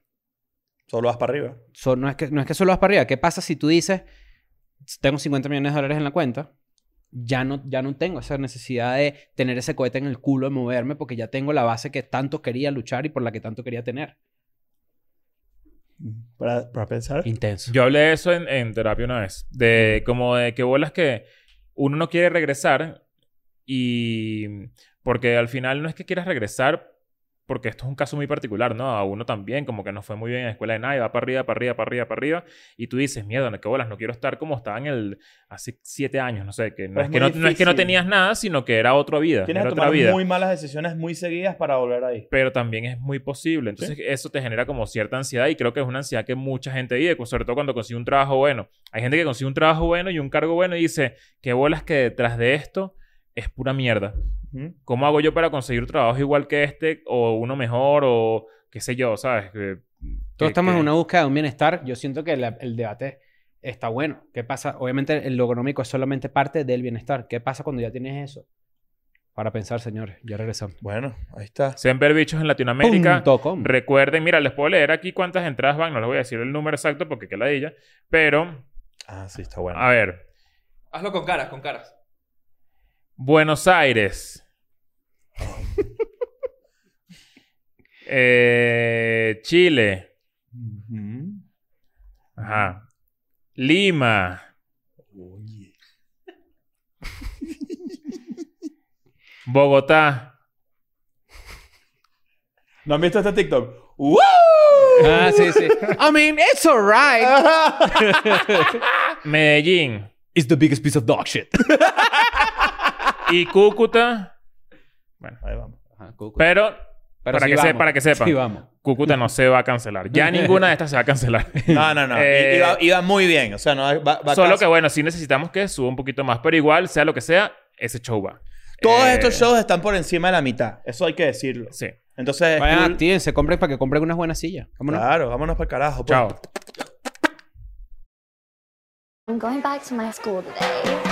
[SPEAKER 2] Solo vas para arriba.
[SPEAKER 3] So, no, es que, no es que solo vas para arriba, ¿qué pasa si tú dices, tengo 50 millones de dólares en la cuenta? Ya no, ya no tengo esa necesidad de tener ese cohete en el culo de moverme porque ya tengo la base que tanto quería luchar y por la que tanto quería tener.
[SPEAKER 2] Para, para pensar.
[SPEAKER 3] Intenso.
[SPEAKER 1] Yo hablé de eso en, en terapia una vez. De como de que bolas que uno no quiere regresar y... Porque al final no es que quieras regresar, porque esto es un caso muy particular, ¿no? A uno también, como que no fue muy bien en la escuela de nada, y va para arriba, para arriba, para arriba, para arriba, y tú dices, mierda, no, qué bolas, no quiero estar como estaba en el... Hace siete años, no sé, que no,
[SPEAKER 2] Pero
[SPEAKER 1] es,
[SPEAKER 2] Pues es
[SPEAKER 1] que no,
[SPEAKER 2] muy
[SPEAKER 1] no es que no
[SPEAKER 2] difícil.
[SPEAKER 1] tenías nada, sino que era otra vida.
[SPEAKER 2] Tienes
[SPEAKER 1] era
[SPEAKER 2] que
[SPEAKER 1] otra
[SPEAKER 2] tomar
[SPEAKER 1] vida
[SPEAKER 2] muy malas decisiones muy seguidas para volver ahí.
[SPEAKER 1] pero también es muy posible. Entonces, eso te genera como cierta ansiedad y creo que es una ansiedad que mucha gente vive, con- sobre todo cuando consigue un trabajo bueno. Hay gente que consigue un trabajo bueno y un cargo bueno y dice, qué bolas que detrás de esto es pura mierda.
[SPEAKER 2] Ujú.
[SPEAKER 1] ¿Cómo hago yo para conseguir trabajo igual que este o uno mejor o qué sé yo, sabes? Que- que-
[SPEAKER 3] Todos estamos
[SPEAKER 1] que-
[SPEAKER 3] en una búsqueda de un bienestar. Yo siento que la- el debate está bueno. ¿Qué pasa? Obviamente lo económico es solamente parte del bienestar. ¿Qué pasa cuando ya tienes eso? Para pensar, señores. Ya regresamos.
[SPEAKER 2] Bueno, ahí está.
[SPEAKER 1] Siempre bichos en Latinoamérica.
[SPEAKER 3] Punto com.
[SPEAKER 1] Recuerden, mira, les puedo leer aquí cuántas entradas van. No les voy a decir el número exacto porque qué ladilla. Pero,
[SPEAKER 2] Ah, sí, está bueno.
[SPEAKER 1] a ver.
[SPEAKER 4] Hazlo con caras, con caras.
[SPEAKER 1] Buenos Aires. Eh, Chile.
[SPEAKER 2] Ujú.
[SPEAKER 1] Ajá. Lima.
[SPEAKER 2] Oye.
[SPEAKER 1] Bogotá.
[SPEAKER 2] ¿No han visto este TikTok? ¡Wow!
[SPEAKER 3] Ah,
[SPEAKER 1] [LAUGHS]
[SPEAKER 3] sí, sí. [LAUGHS] I mean, it's alright.
[SPEAKER 1] Medellín.
[SPEAKER 3] [LAUGHS] It's the biggest piece of dog shit.
[SPEAKER 1] Y Cúcuta.
[SPEAKER 2] Ahí vamos.
[SPEAKER 1] Pero,
[SPEAKER 3] Pero
[SPEAKER 1] para,
[SPEAKER 3] sí
[SPEAKER 1] que se-
[SPEAKER 3] vamos.
[SPEAKER 1] para que sepan,
[SPEAKER 3] Sí, vamos.
[SPEAKER 1] Cúcuta no se va a cancelar. Ya ninguna de estas se va a cancelar.
[SPEAKER 2] No, no, no. I-
[SPEAKER 1] Eh,
[SPEAKER 2] iba, iba muy bien. O sea, no, [LAUGHS] va, va
[SPEAKER 1] Solo
[SPEAKER 2] casi.
[SPEAKER 1] que bueno, sí necesitamos que suba un poquito más. Pero igual, sea lo que sea, ese show va.
[SPEAKER 2] Todos
[SPEAKER 1] Eh,
[SPEAKER 2] estos shows están por encima de la mitad. Eso hay que decirlo.
[SPEAKER 1] Sí.
[SPEAKER 2] Entonces,
[SPEAKER 3] Vayan,
[SPEAKER 2] cool.
[SPEAKER 3] actívense, compren para que compren unas buenas sillas. Vámonos.
[SPEAKER 2] claro, vámonos para el carajo. pues.
[SPEAKER 1] Chao.
[SPEAKER 7] I'm going back to my school today.